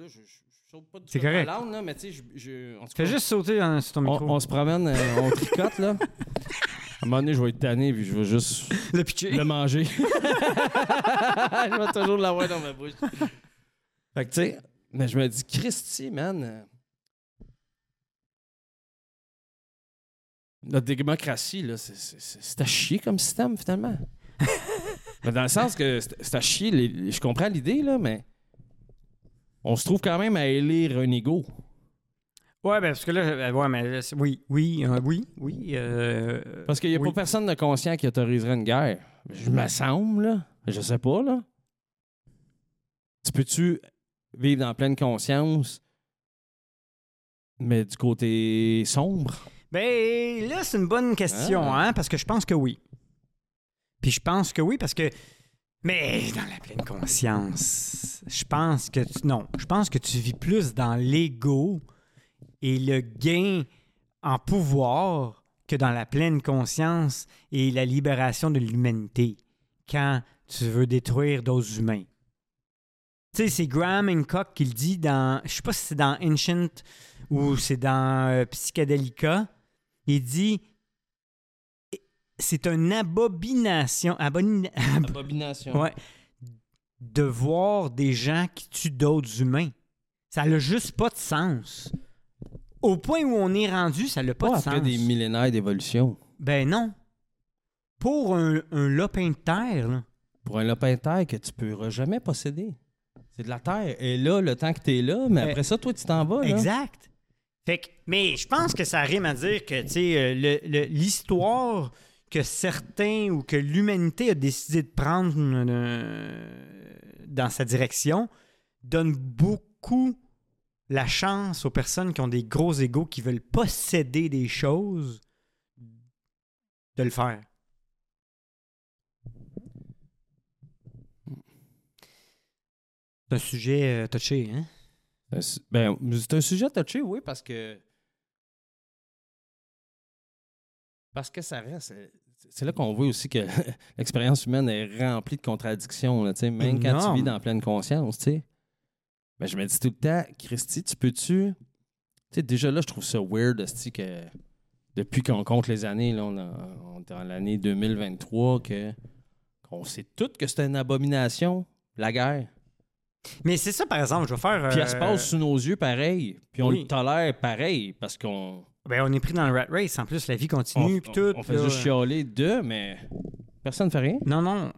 Speaker 1: je, je, je saute pas du
Speaker 2: C'est
Speaker 1: tout à
Speaker 2: correct.
Speaker 1: la langue, là, mais tu sais, je... je- en tout
Speaker 2: Fais
Speaker 1: cas,
Speaker 2: juste sauter dans, sur ton
Speaker 1: On,
Speaker 2: micro.
Speaker 1: on se promène, euh, on tricote, là. À un moment donné, je vais être tanné, puis je vais juste
Speaker 2: Le pitcher.
Speaker 1: le manger. je vais toujours l'avoir dans ma bouche. Fait que, tu sais, mais je me dis, Christy, man, euh, notre démocratie, là, c'est- c'est c'est- c'est à chier comme système, finalement. Mais dans le sens que c'est c'est à chier, les- les- je comprends l'idée, là, mais on se trouve quand même à élire un ego.
Speaker 2: Ouais, ben, parce que là, euh, ouais, mais là, c'est- oui, oui, euh, oui, oui. euh,
Speaker 1: Parce qu'il n'y a
Speaker 2: Oui.
Speaker 1: pas personne de conscient qui autoriserait une guerre. Je me semble, là. Je sais pas, là. Tu peux-tu vivre dans pleine conscience, mais du côté sombre?
Speaker 2: Ben là, c'est une bonne question,
Speaker 1: Ah.
Speaker 2: hein, parce que je pense que oui. Puis je pense que oui, parce que. Mais dans la pleine conscience, je pense que tu. Non, je pense que tu vis plus dans l'ego et le gain en pouvoir que dans la pleine conscience et la libération de l'humanité quand tu veux détruire d'autres humains. Tu sais, c'est Graham Hancock qui le dit dans. Je sais pas si c'est dans Ancient ou c'est dans euh, Psychedelica. Il dit c'est une abomination, abomina-
Speaker 1: Abomination.
Speaker 2: ouais, de voir des gens qui tuent d'autres humains. Ça n'a juste pas de sens. Au point où on est rendu, ça n'a pas
Speaker 1: Pas
Speaker 2: de
Speaker 1: après
Speaker 2: sens.
Speaker 1: des millénaires d'évolution.
Speaker 2: Ben non. Pour un, un lopin de terre, là.
Speaker 1: Pour un lopin de terre que tu ne pourras jamais posséder. C'est de la terre. Et là, le temps que tu es là, mais
Speaker 2: Mais-
Speaker 1: après ça, toi, tu t'en vas. Là.
Speaker 2: Exact. Fait que- mais je pense que ça rime à dire que, tu sais, euh, le- le- l'histoire que certains ou que l'humanité a décidé de prendre euh, dans sa direction donne beaucoup la chance aux personnes qui ont des gros égaux, qui veulent posséder des choses, de le faire. C'est un sujet euh, touché, hein?
Speaker 1: Un su- Ben, c'est un sujet touché, oui, parce que. Parce que ça reste. euh, C'est là qu'on voit aussi que l'expérience humaine est remplie de contradictions. Là, tu sais. même quand
Speaker 2: Énorme.
Speaker 1: tu vis dans pleine conscience, tu sais. Ben, je me dis tout le temps, Christy, tu peux-tu. Tu sais, déjà là, je trouve ça weird, hostie, que depuis qu'on compte les années, là, on, a- on est en l'année 2023, que qu'on sait toutes que c'est une abomination, la guerre.
Speaker 2: Mais c'est ça, par exemple, je vais faire.
Speaker 1: Puis
Speaker 2: euh,
Speaker 1: elle se passe sous nos yeux pareil. Puis on
Speaker 2: oui.
Speaker 1: le tolère pareil parce qu'on
Speaker 2: Ben, on est pris dans le rat race. En plus, la vie continue.
Speaker 1: on,
Speaker 2: puis
Speaker 1: on-
Speaker 2: tout,
Speaker 1: on fait
Speaker 2: là.
Speaker 1: juste chialer d'eux, mais personne ne fait rien.
Speaker 2: Non, non.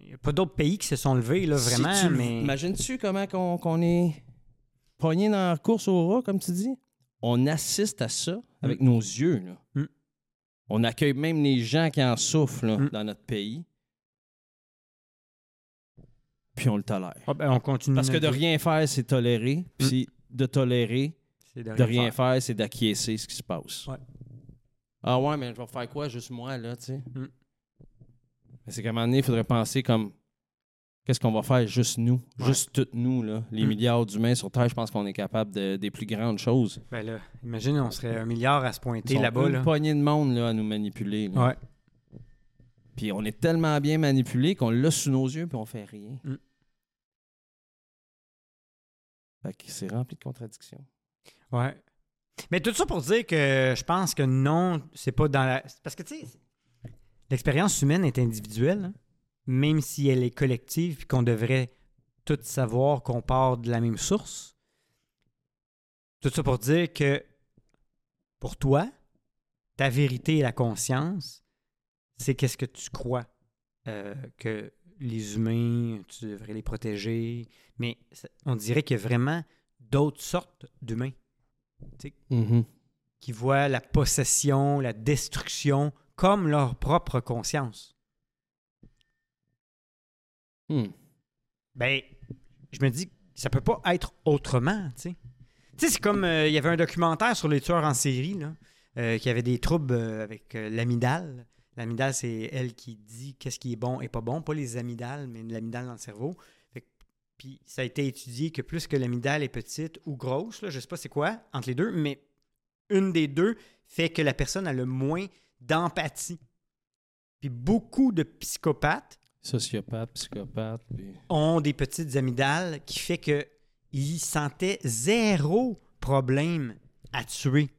Speaker 2: Il n'y a pas d'autres pays qui se sont levés, là, vraiment.
Speaker 1: Si tu le-
Speaker 2: mais...
Speaker 1: Imagines-tu comment qu'on, qu'on est pogné dans la course au rat, comme tu dis? On assiste à ça avec nos yeux. là.
Speaker 2: Mm.
Speaker 1: On accueille même les gens qui en souffrent là,
Speaker 2: Mm.
Speaker 1: dans notre pays. Puis on le tolère.
Speaker 2: Ah, ben, on continue.
Speaker 1: Parce que de
Speaker 2: notre vie.
Speaker 1: rien faire, c'est tolérer. Puis de tolérer,
Speaker 2: C'est de
Speaker 1: de rien faire, c'est d'acquiescer ce qui se passe.
Speaker 2: Ouais.
Speaker 1: Ah ouais, mais je vais faire quoi, juste moi, là, tu sais?
Speaker 2: Mm.
Speaker 1: Mais c'est qu'à un moment donné, il faudrait penser comme qu'est-ce qu'on va faire juste nous,
Speaker 2: Ouais.
Speaker 1: juste toutes nous, là. Les
Speaker 2: Mm.
Speaker 1: milliards d'humains sur Terre, je pense qu'on est capable de- des plus grandes choses.
Speaker 2: Ben là, imagine, on serait un milliard à se
Speaker 1: Ils
Speaker 2: pointer
Speaker 1: sont
Speaker 2: là-bas.
Speaker 1: une
Speaker 2: Là.
Speaker 1: poignée de monde là, à nous manipuler. là.
Speaker 2: Ouais.
Speaker 1: Puis on est tellement bien manipulé qu'on l'a sous nos yeux puis on fait rien.
Speaker 2: Mm.
Speaker 1: Fait que c'est rempli de contradictions.
Speaker 2: Ouais. Mais tout ça pour dire que je pense que non, c'est pas dans la. Parce que, tu sais, l'expérience humaine est individuelle, hein, même si elle est collective, puis qu'on devrait tous savoir qu'on part de la même source. Tout ça pour dire que pour toi, ta vérité et la conscience, c'est qu'est-ce que tu crois euh, que les humains, tu devrais les protéger. Mais ça- on dirait qu'il y a vraiment d'autres sortes d'humains
Speaker 1: Mm-hmm.
Speaker 2: qui voient la possession, la destruction comme leur propre conscience.
Speaker 1: Hmm.
Speaker 2: Ben, je me dis, que ça peut pas être autrement, tu sais. Tu sais, c'est comme, euh, il y avait un documentaire sur les tueurs en série, là, euh, qui avait des troubles euh, avec euh, l'amidale. L'amidale, c'est elle qui dit qu'est-ce qui est bon et pas bon, pas les amygdales, mais l'amidale dans le cerveau. Fait que- puis ça a été étudié que plus que l'amidale est petite ou grosse, là, je sais pas c'est quoi, entre les deux, mais une des deux fait que la personne a le moins d'empathie. Puis beaucoup de psychopathes
Speaker 1: Sociopathe, psychopathe, puis...
Speaker 2: ont des petites amygdales qui fait que ils sentaient zéro problème à tuer.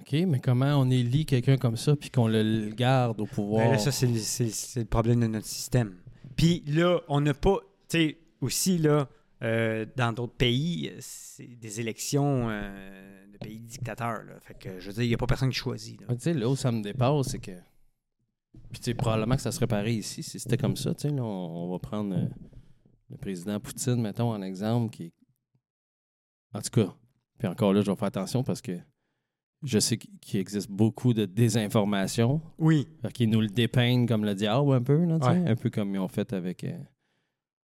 Speaker 1: OK, mais comment on élit quelqu'un comme ça puis qu'on le garde au pouvoir?
Speaker 2: Ben là, ça, c'est le, c'est- c'est le problème de notre système. Puis là, on n'a pas. Tu sais, aussi, là, euh, dans d'autres pays, c'est des élections euh, de pays dictateurs. Là. Fait que, je veux dire, il n'y a pas personne qui choisit. là.
Speaker 1: Ah, tu sais, là où ça me dépasse, c'est que. Puis, tu sais, probablement que ça serait pareil ici si c'était comme ça. Tu sais, là, on, on va prendre euh, le président Poutine, mettons, en exemple, qui. En tout cas, puis encore là, je vais faire attention parce que je sais qu- qu'il existe beaucoup de désinformation.
Speaker 2: Oui.
Speaker 1: Fait qu'ils nous le dépeignent comme le diable, un peu, là, tu sais,
Speaker 2: Ouais.
Speaker 1: un peu comme ils ont fait avec euh,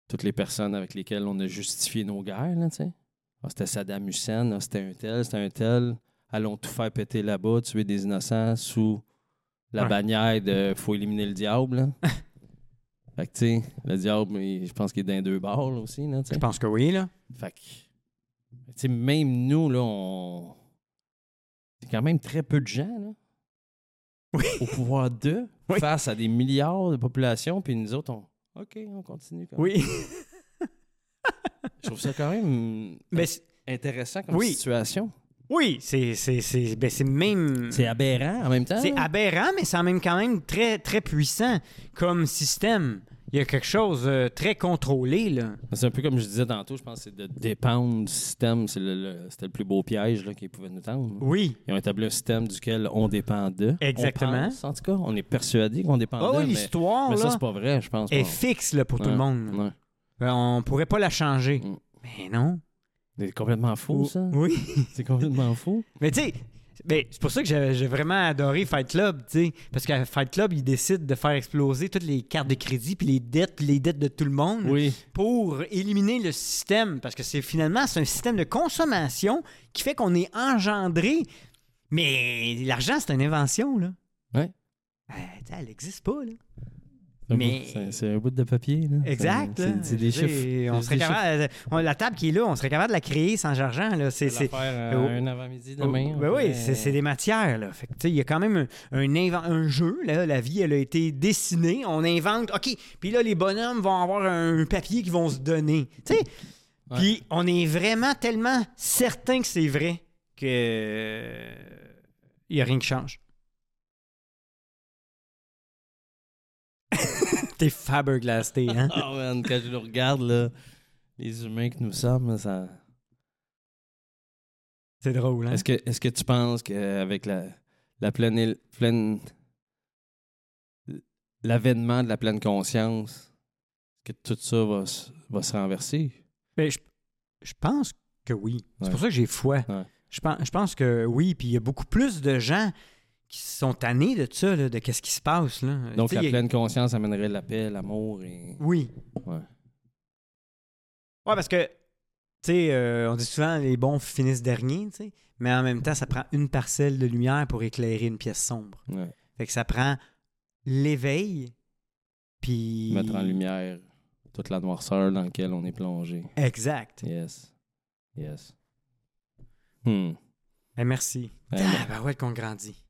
Speaker 1: toutes les personnes avec lesquelles on a justifié nos guerres. Là, tu sais. Ah, c'était Saddam Hussein, ah, c'était un tel, c'était un tel. Allons tout faire péter là-bas, tuer des innocents sous la
Speaker 2: Ouais.
Speaker 1: bannière de faut éliminer le diable. là. fait que, tu sais, le diable, il- je pense qu'il est dans deux bords là, aussi. Là, tu sais.
Speaker 2: Je pense que oui, là.
Speaker 1: Fait que, tu sais, même nous, là, on. C'est quand même très peu de gens, là.
Speaker 2: Oui.
Speaker 1: Au pouvoir d'eux,
Speaker 2: Oui.
Speaker 1: face à des milliards de populations, puis nous autres, on. OK, on continue. Comme...
Speaker 2: Oui.
Speaker 1: Je trouve ça quand même
Speaker 2: Mais Ben, c'est-
Speaker 1: intéressant comme
Speaker 2: Oui.
Speaker 1: situation.
Speaker 2: oui, c'est c'est- c'est- ben, c'est même.
Speaker 1: C'est aberrant en même temps.
Speaker 2: C'est
Speaker 1: là.
Speaker 2: aberrant, mais c'est en même quand même très, très puissant comme système. Il y a quelque chose de très contrôlé, là.
Speaker 1: C'est un peu comme je disais tantôt, je pense que c'est de dépendre du système. C'est le- le- C'était le, plus beau piège là, qu'ils pouvaient nous tendre.
Speaker 2: Oui.
Speaker 1: Ils ont établi un système duquel on dépend d'eux. On
Speaker 2: Exactement.
Speaker 1: pense, en tout cas, on est persuadé qu'on dépend
Speaker 2: Oh,
Speaker 1: d'eux. Ah, mais-
Speaker 2: l'histoire,
Speaker 1: Mais ça,
Speaker 2: là,
Speaker 1: c'est pas vrai, je pense.
Speaker 2: est
Speaker 1: pas.
Speaker 2: fixe, là, pour tout
Speaker 1: Ouais,
Speaker 2: le monde.
Speaker 1: ouais.
Speaker 2: Ben, On pourrait pas la changer.
Speaker 1: Mm.
Speaker 2: Mais non.
Speaker 1: C'est complètement fou, ça.
Speaker 2: Oui.
Speaker 1: C'est complètement fou.
Speaker 2: Mais tu sais, Ben, c'est pour ça que j'ai j'ai vraiment adoré Fight Club, tu sais. Parce qu'à Fight Club, ils décident de faire exploser toutes les cartes de crédit, puis les dettes, puis les dettes de tout le monde,
Speaker 1: Oui.
Speaker 2: pour éliminer le système. Parce que c'est finalement, c'est un système de consommation qui fait qu'on est engendré. Mais l'argent, c'est une invention, là.
Speaker 1: Ouais.
Speaker 2: Euh, tu sais, elle n'existe pas, là.
Speaker 1: C'est un
Speaker 2: Mais-
Speaker 1: bout- C'est c'est un bout de papier. Là.
Speaker 2: Exact.
Speaker 1: C'est-
Speaker 2: là.
Speaker 1: C'est c'est des
Speaker 2: Je veux
Speaker 1: chiffres.
Speaker 2: dire, On
Speaker 1: C'est
Speaker 2: serait
Speaker 1: des
Speaker 2: capable, on- la table qui est là, on serait capable de la créer sans argent. Là. C'est, c'est-
Speaker 1: faire
Speaker 2: Oh.
Speaker 1: euh, un avant-midi
Speaker 2: Oh,
Speaker 1: demain.
Speaker 2: ben oui, c'est, c'est des matières. Là. Fait que, tu sais, il y a quand même un, un inven- un jeu. Là. La vie, elle a été dessinée. On invente. OK. Puis là, les bonhommes vont avoir un papier qu'ils vont se donner. Tu sais,
Speaker 1: Ouais.
Speaker 2: Puis on est vraiment tellement certain que c'est vrai que euh, il n'y a rien qui change. T'es Faberglass, t'es, hein?
Speaker 1: Ah, man, quand je le regarde, là, les humains que nous sommes, ça.
Speaker 2: Hein? C'est drôle, hein?
Speaker 1: Est-ce que, est-ce que tu penses qu'avec la, la pleine, él- pleine- l'avènement de la pleine conscience, que tout ça va, se- va se renverser?
Speaker 2: Ben, je, je pense que oui. C'est
Speaker 1: Ouais.
Speaker 2: pour ça que j'ai foi.
Speaker 1: Ouais.
Speaker 2: Je, pense, je pense que oui. Puis il y a beaucoup plus de gens qui sont tannés de ça, là, de qu'est-ce qui se passe. Là.
Speaker 1: Donc,
Speaker 2: Ben, Tu sais,
Speaker 1: la
Speaker 2: il y a-
Speaker 1: pleine conscience amènerait la paix, l'amour et.
Speaker 2: Oui.
Speaker 1: Ouais.
Speaker 2: Ouais, parce que, tu sais, euh, on dit souvent les bons finissent derniers, tu sais. Mais en même temps, ça prend une parcelle de lumière pour éclairer une pièce sombre.
Speaker 1: ouais.
Speaker 2: Fait que ça prend l'éveil, puis...
Speaker 1: Mettre en lumière toute la noirceur dans laquelle on est plongé.
Speaker 2: Exact.
Speaker 1: Yes. Yes. Hmm.
Speaker 2: Eh, merci.
Speaker 1: Eh,
Speaker 2: ah, ben ouais, qu'on grandit.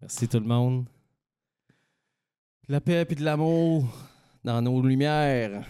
Speaker 1: Merci tout le monde. De la paix et de l'amour dans nos lumières.